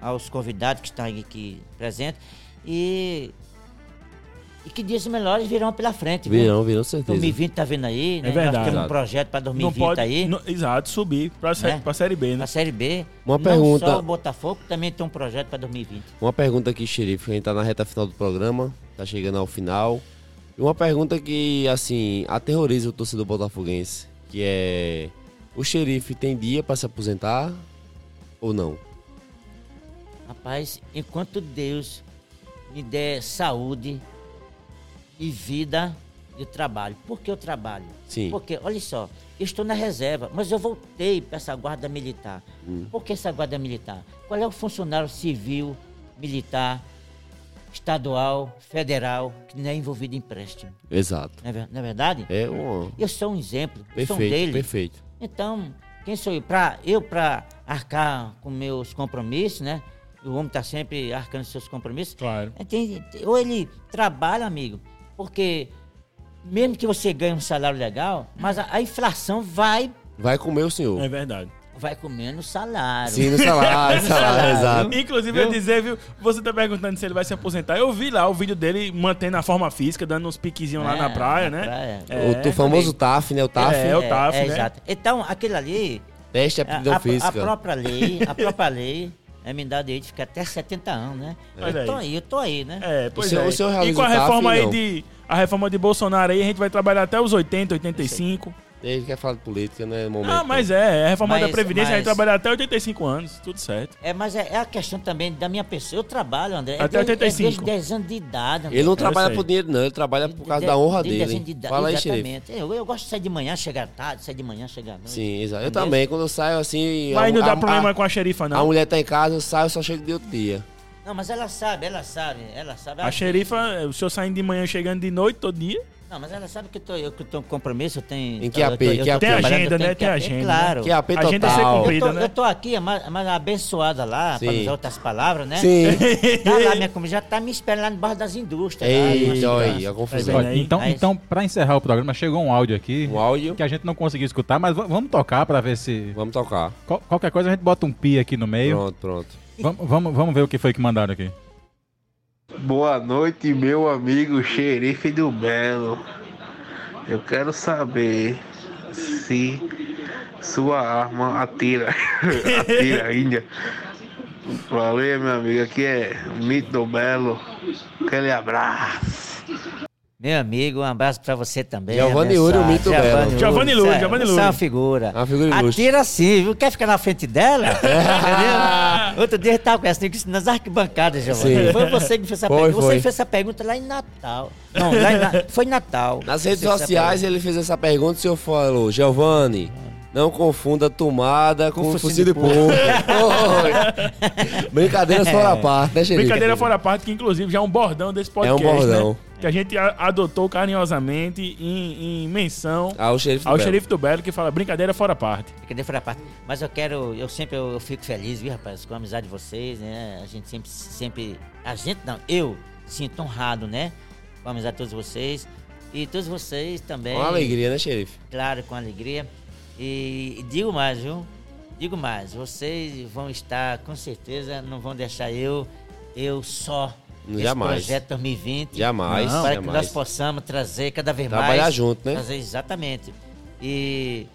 aos convidados que estão aqui presentes. E, e que dias melhores virão pela frente. viu? Virão, virão, certeza. 2020 tá vindo aí, né? É verdade. Nós temos Exato. um projeto para Não 2020 pode. aí, não- exato, subir pra, sé- Né? pra Série B, né? na Série B. Uma não pergunta. só o Botafogo, também tem um projeto para 2020. Uma pergunta aqui, xerife, a gente tá na reta final do programa, tá chegando ao final. E uma pergunta que, assim, aterroriza o torcedor botafoguense, que é... O xerife tem dia pra se aposentar ou não? Rapaz, enquanto Deus me der saúde e vida, eu trabalho. Por que eu trabalho? Sim. Porque, olha só, eu estou na reserva, mas eu voltei para essa guarda militar. Hum. Por que essa guarda militar? Qual é o funcionário civil, militar, estadual, federal, que não é envolvido em empréstimo? Exato. Não é ver- não é verdade? É um... Eu sou um exemplo, eu sou um Perfeito, dele. perfeito. Então, quem sou eu? Pra, eu para arcar com meus compromissos, né? O homem está sempre arcando seus compromissos. Claro. É, tem- ou ele trabalha, amigo, porque mesmo que você ganhe um salário legal, mas a, a inflação vai, Vai comer o senhor. É verdade. É vai comer no salário. né? Sim, no salário, salário, exato. Inclusive, eu ia dizer, viu? Você tá perguntando se ele vai se aposentar. Eu vi lá o vídeo dele mantendo a forma física, dando uns piquezinhos lá É, na praia, na né? praia. o, o famoso TAF, né? O TAF, É, o TAF, né? É Exato. Então, aquilo ali, teste de a, aptidão a- a física. própria lei, a própria lei, é me dá o direito de ficar até 70 anos, né? Olha Eu tô aí. aí, eu tô aí, né? É, pois O seu- é. o seu e realiza com a o TAF, reforma aí não. de. A reforma de Bolsonaro aí, a gente vai trabalhar até os 80, 85. Ele quer falar de política, não é momento. Ah, mas é, é a reforma da Mas- Previdência, a gente mas- trabalha até 85 anos, tudo certo. É, mas é, é a questão também da minha pessoa. Eu trabalho, André. Até é desde, 85. É desde 10 anos de idade, André. Ele não É, Eu trabalha sei. por dinheiro, não. Ele trabalha por causa De- da honra desde 10 dele. anos de idade, Fala aí, xerife. Exatamente. Eu, eu gosto de sair de manhã, chegar tarde, sair de manhã, chegar à noite. Sim, exato. Eu Entendeu? também. Quando eu saio assim. Mas a- não dá a- problema a, com a xerifa, a não. mulher tá em casa, eu saio, só chego de outro dia. Não, mas ela sabe, ela sabe, ela sabe. A, Ela- xerifa, eh, o senhor saindo de manhã, chegando de noite, todo dia. Não, mas ela sabe que eu tô, eu que tô com compromisso, eu tenho... Em que eu tô- AP, eu tô que AP? trabalhando, Tem agenda, eu tenho né? que Tem AP, agenda, né? Claro. Que é AP A total. agenda ser Eu cumprida, tô, né? eu tô aqui, mas, mas abençoada lá, para Sim. usar outras palavras, É? né? Sim. Tá lá, minha comida já tá me esperando lá embaixo das Ah, indústrias. lá, Eita, lá. olha aí, a confusão. Olha, aí. então, Mas- então para encerrar o programa, chegou um áudio aqui O áudio, que a gente não conseguiu escutar, mas va- vamos tocar para ver se. vamos tocar. qual- qualquer coisa a gente bota um pi aqui no meio. Pronto, pronto. Vamos, vamos, vamos ver o que foi que mandaram aqui. Boa noite, meu amigo xerife do Belo. Eu quero saber se sua arma atira. atira ainda. Valeu, meu amigo. Aqui é o Mito do Belo. Aquele abraço. Meu amigo, um abraço pra você também. Giovanni abençoado. Uri, muito Giovanni belo. Uri, Giovanni Uri, sério, Giovanni você é uma Uri. figura. É uma figura ilustre. Atira sim, viu? Quer ficar na frente dela? Entendeu? Outro dia ele tava conversando com né, isso nas arquibancadas, Giovanni. Sim. Foi você que fez essa Foi, pergunta. Você foi. que fez essa pergunta lá em Natal. Não, lá em Na- foi em Natal. Nas Você redes fez essa sociais pergunta. ele fez essa pergunta e o senhor falou, Giovanni, não confunda tomada com, fuzil de porco. Oi. Brincadeiras fora a parte, né, xerife? Brincadeira fora a parte, que inclusive já é um bordão desse podcast, É um bordão. né? Que a gente a- adotou carinhosamente em, em menção Ah, o xerife. ao do Belo. xerife do Belo, que fala brincadeira fora a parte. Brincadeira fora a parte. Mas eu quero, eu sempre eu, eu fico feliz, viu, rapaz, com a amizade de vocês, né? A gente sempre, sempre. A gente não, eu sinto honrado, né? Com a amizade de todos vocês. E todos vocês também. Uma alegria, né, xerife? Claro, com alegria. E, e digo mais, viu? Digo mais, vocês vão estar, com certeza, não vão deixar eu, eu só. Jamais. Esse projeto 2020. Jamais, Para que jamais. nós possamos trazer cada vez mais. Trabalhar junto, né? Trazer, exatamente. E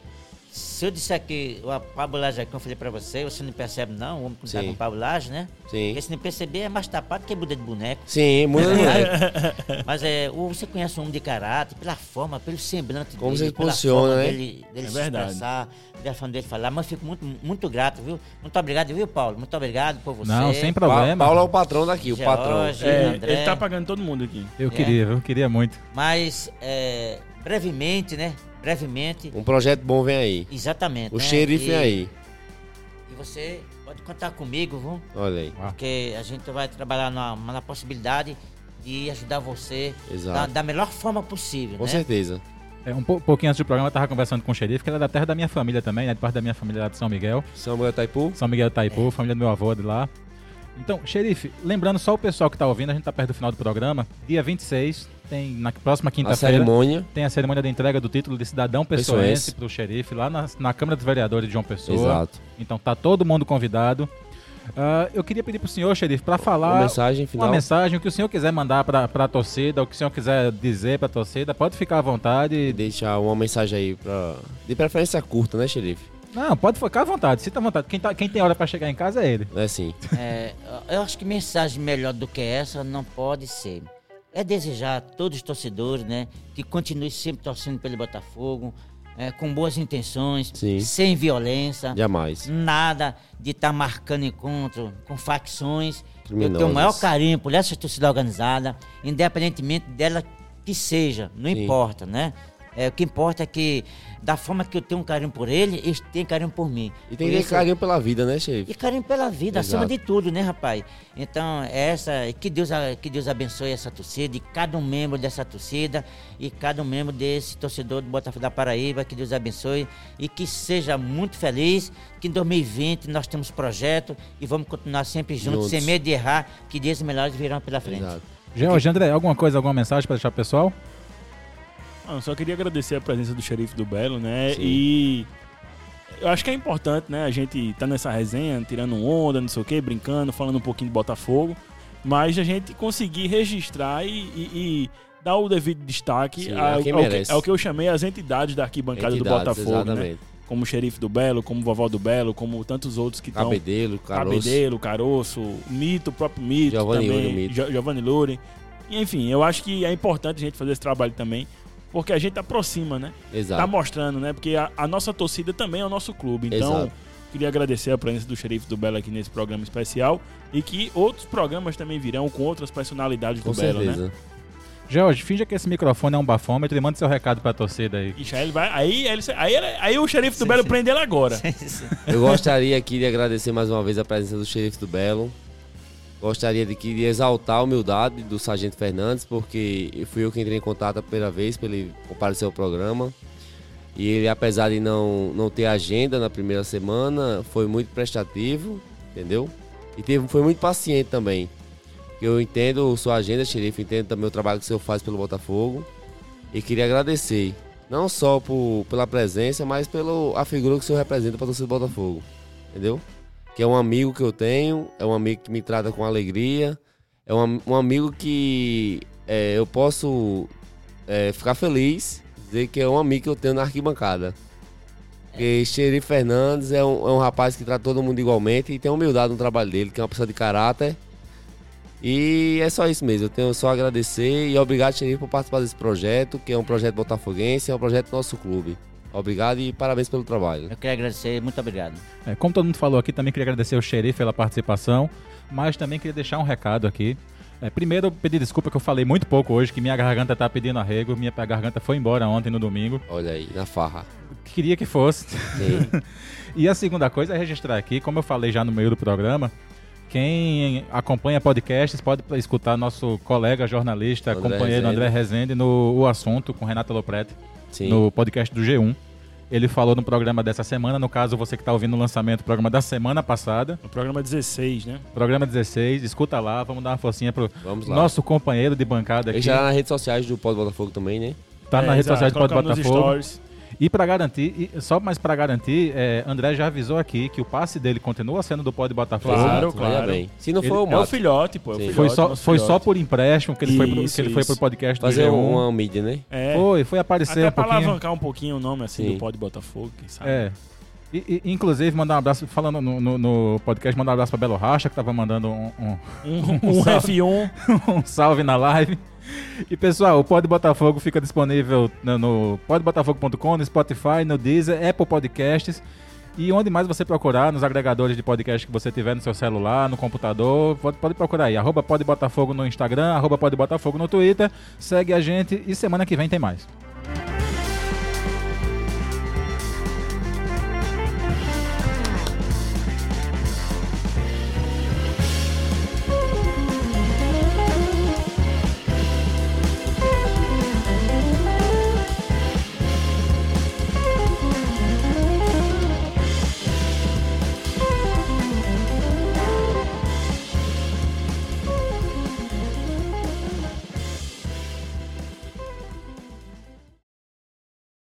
se eu disser que a pabulagem aqui, como eu falei para você, você não percebe não, o homem que não tá Sim. com pabulagem, né? Sim. Porque se não perceber é mais tapado que buda de boneco. Sim, muito moleque. Mas é, o- você conhece um homem de caráter, pela forma, pelo semblante Como dele, se pela posiciona, forma né? dele, dele É se verdade. expressar, da forma dele falar. Mas fico muito, muito grato, viu? Muito obrigado, viu, Paulo? Muito obrigado por você. Não, sem Pa- problema. Paulo é o patrão daqui, o patrão. George, É, André. ele tá pagando todo mundo aqui. É. Eu queria, eu queria muito. Mas é, brevemente, né? Brevemente. Um projeto bom vem aí. Exatamente. O né? xerife E- vem aí. E você pode contar comigo, viu? Olha Né? Ah. aí. Porque a gente vai trabalhar na, na possibilidade de ajudar você Exato. da, da melhor forma possível, Com né? certeza. É, um pou- pouquinho antes do programa eu tava conversando com o xerife, que era da terra da minha família também, né? De parte da minha família lá de São Miguel. Samuel Taipu. São Miguel do É. Taipu, família do meu avô de lá. Então, xerife, lembrando só o pessoal que tá ouvindo, a gente tá perto do final do programa. Dia 26, tem na próxima A quinta-feira. cerimônia. Tem a cerimônia de entrega do título de cidadão pessoense Pessoense. pro xerife lá na, na Câmara dos Vereadores de João Pessoa. Exato. Então tá todo mundo convidado. Ah, eu queria pedir pro senhor, xerife, para falar Uma mensagem uma final. mensagem, o que o senhor quiser mandar pra, pra torcida, o que o senhor quiser dizer pra torcida, pode ficar à vontade. Deixar uma mensagem aí pra. De preferência curta, né, xerife? Não, pode ficar à vontade, sinta à vontade. Quem, tá- quem tem hora pra chegar em casa é ele. É assim. É, eu acho que mensagem melhor do que essa não pode ser. É desejar a todos os torcedores, né, que continuem sempre torcendo pelo Botafogo, é, com boas intenções, Sim. sem violência, Jamais. nada de estar marcando encontro com facções. Eu tenho o Criminosas. maior carinho por essa torcida organizada, independentemente dela que seja, não Sim. importa, né? É, o que importa é que, da forma que eu tenho um carinho por ele, eles têm carinho por mim. E tem Por que ter isso- carinho pela vida, né, e xerife? carinho pela vida, acima Exato. de tudo, né, rapaz? Então, é essa. Que Deus, a- que Deus abençoe essa torcida e cada um membro dessa torcida e cada um membro desse torcedor do Botafogo da Paraíba. Que Deus abençoe e que seja muito feliz. Que em 2020 nós temos projeto e vamos continuar sempre juntos, Juntos. sem medo de errar, que dias melhores virão pela frente. Exato. George, André, alguma coisa, alguma mensagem pra deixar pro pessoal? Ah, só queria agradecer a presença do xerife do Belo, né? Sim. E eu acho que é importante, né? A gente tá nessa resenha, tirando onda, não sei o quê, brincando, falando um pouquinho de Botafogo. Mas a gente conseguir registrar e, e- e dar o devido destaque Sim, ao, a quem ao que, merece. ao que eu chamei as entidades da arquibancada Entidades, do Botafogo, né? exatamente. Como o Xerife do Belo, como o Vovó do Belo, como tantos outros que estão... Cabedelo, caroço. Então, Cabedelo, Caroço, Mito, o próprio Mito Giovanni também, Lure, Mito. Jo- Giovanni Lure. E, Enfim, eu acho que é importante a gente fazer esse trabalho também, porque a gente aproxima, né? Exato. Tá mostrando, né? Porque a, a nossa torcida também é o nosso clube. Então, Exato. queria agradecer a presença do Xerife do Belo aqui nesse programa especial e que outros programas também virão com outras personalidades Com do Belo, né? certeza. George, finge que esse microfone é um bafômetro e manda seu recado pra torcida aí. Ixi, aí ele vai. Aí, ele- aí, ele- aí o xerife do Sim, Belo sim. prende ele agora. Eu gostaria aqui de agradecer mais uma vez a presença do xerife do Belo. Gostaria de, que- de exaltar a humildade do Sargento Fernandes, porque fui eu que entrei em contato a primeira vez para ele comparecer ao programa. E ele, apesar de não, não ter agenda na primeira semana, foi muito prestativo, entendeu? E teve, foi muito paciente também. Eu entendo sua agenda, xerife, entendo também o trabalho que o senhor faz pelo Botafogo. E queria agradecer, não só por, pela presença, mas pela figura que o senhor representa para a torcida do Botafogo. Entendeu? Que é um amigo que eu tenho, é um amigo que me trata com alegria, é um, am- um amigo que é, eu posso é, ficar feliz, dizer que é um amigo que eu tenho na arquibancada. Porque Xeri Fernandes é um, é um rapaz que trata todo mundo igualmente e tem humildade no trabalho dele, que é uma pessoa de caráter. E é só isso mesmo. Eu tenho só a agradecer e obrigado, Xerife, por participar desse projeto, que é um projeto botafoguense, é um projeto do nosso clube. Obrigado e parabéns pelo trabalho. Eu quero agradecer, muito obrigado. É, como todo mundo falou aqui, também queria agradecer ao xerife pela participação, mas também queria deixar um recado aqui. É, primeiro, pedir desculpa que eu falei muito pouco hoje, que minha garganta tá pedindo arrego, minha garganta foi embora ontem no domingo. Olha aí, na farra. Queria que fosse. Sim. E a segunda coisa é registrar aqui, como eu falei já no meio do programa, quem acompanha podcasts pode escutar nosso colega jornalista, André companheiro Rezende. André Rezende, no O Assunto com Renata Lopretti, Sim. no podcast do G1. Ele falou no programa dessa semana, no caso você que está ouvindo o lançamento, o programa da semana passada, No programa 16, né? programa 16, escuta lá, vamos dar uma forcinha pro Vamos lá. nosso companheiro de bancada Ele aqui. já tá nas redes sociais do Pós Botafogo também, né? Tá na É, rede exato, social do Pode colocamos nos Botafogo. stories. E para garantir, e só mais para garantir, é, André já avisou aqui que o passe dele continua sendo do Pode Botafogo. Claro, Exato, olha claro. bem. Se não Ele- for o É o Mato, filhote, pô. é o Sim. filhote, Foi só, nosso foi só filhote. por empréstimo que ele foi pro, Isso, que ele foi isso. pro podcast fazer do G1. uma mídia, né? É. Foi, foi aparecer Até um pra pouquinho. alavancar um pouquinho o nome assim Sim. do Pod Botafogo, quem sabe? É. E, e, inclusive, mandar um abraço, falando no, no- no podcast, mandar um abraço pra Belo Racha, que tava mandando um, um- Um, um F1. um salve na live. E pessoal, o Pod Botafogo fica disponível no, no podbotafogo.com, no Spotify, no Deezer, Apple Podcasts. E onde mais você procurar, nos agregadores de podcast que você tiver no seu celular, no computador, pode, pode procurar aí. Arroba Pod Botafogo no Instagram, arroba Pod Botafogo no Twitter. Segue a gente e semana que vem tem mais.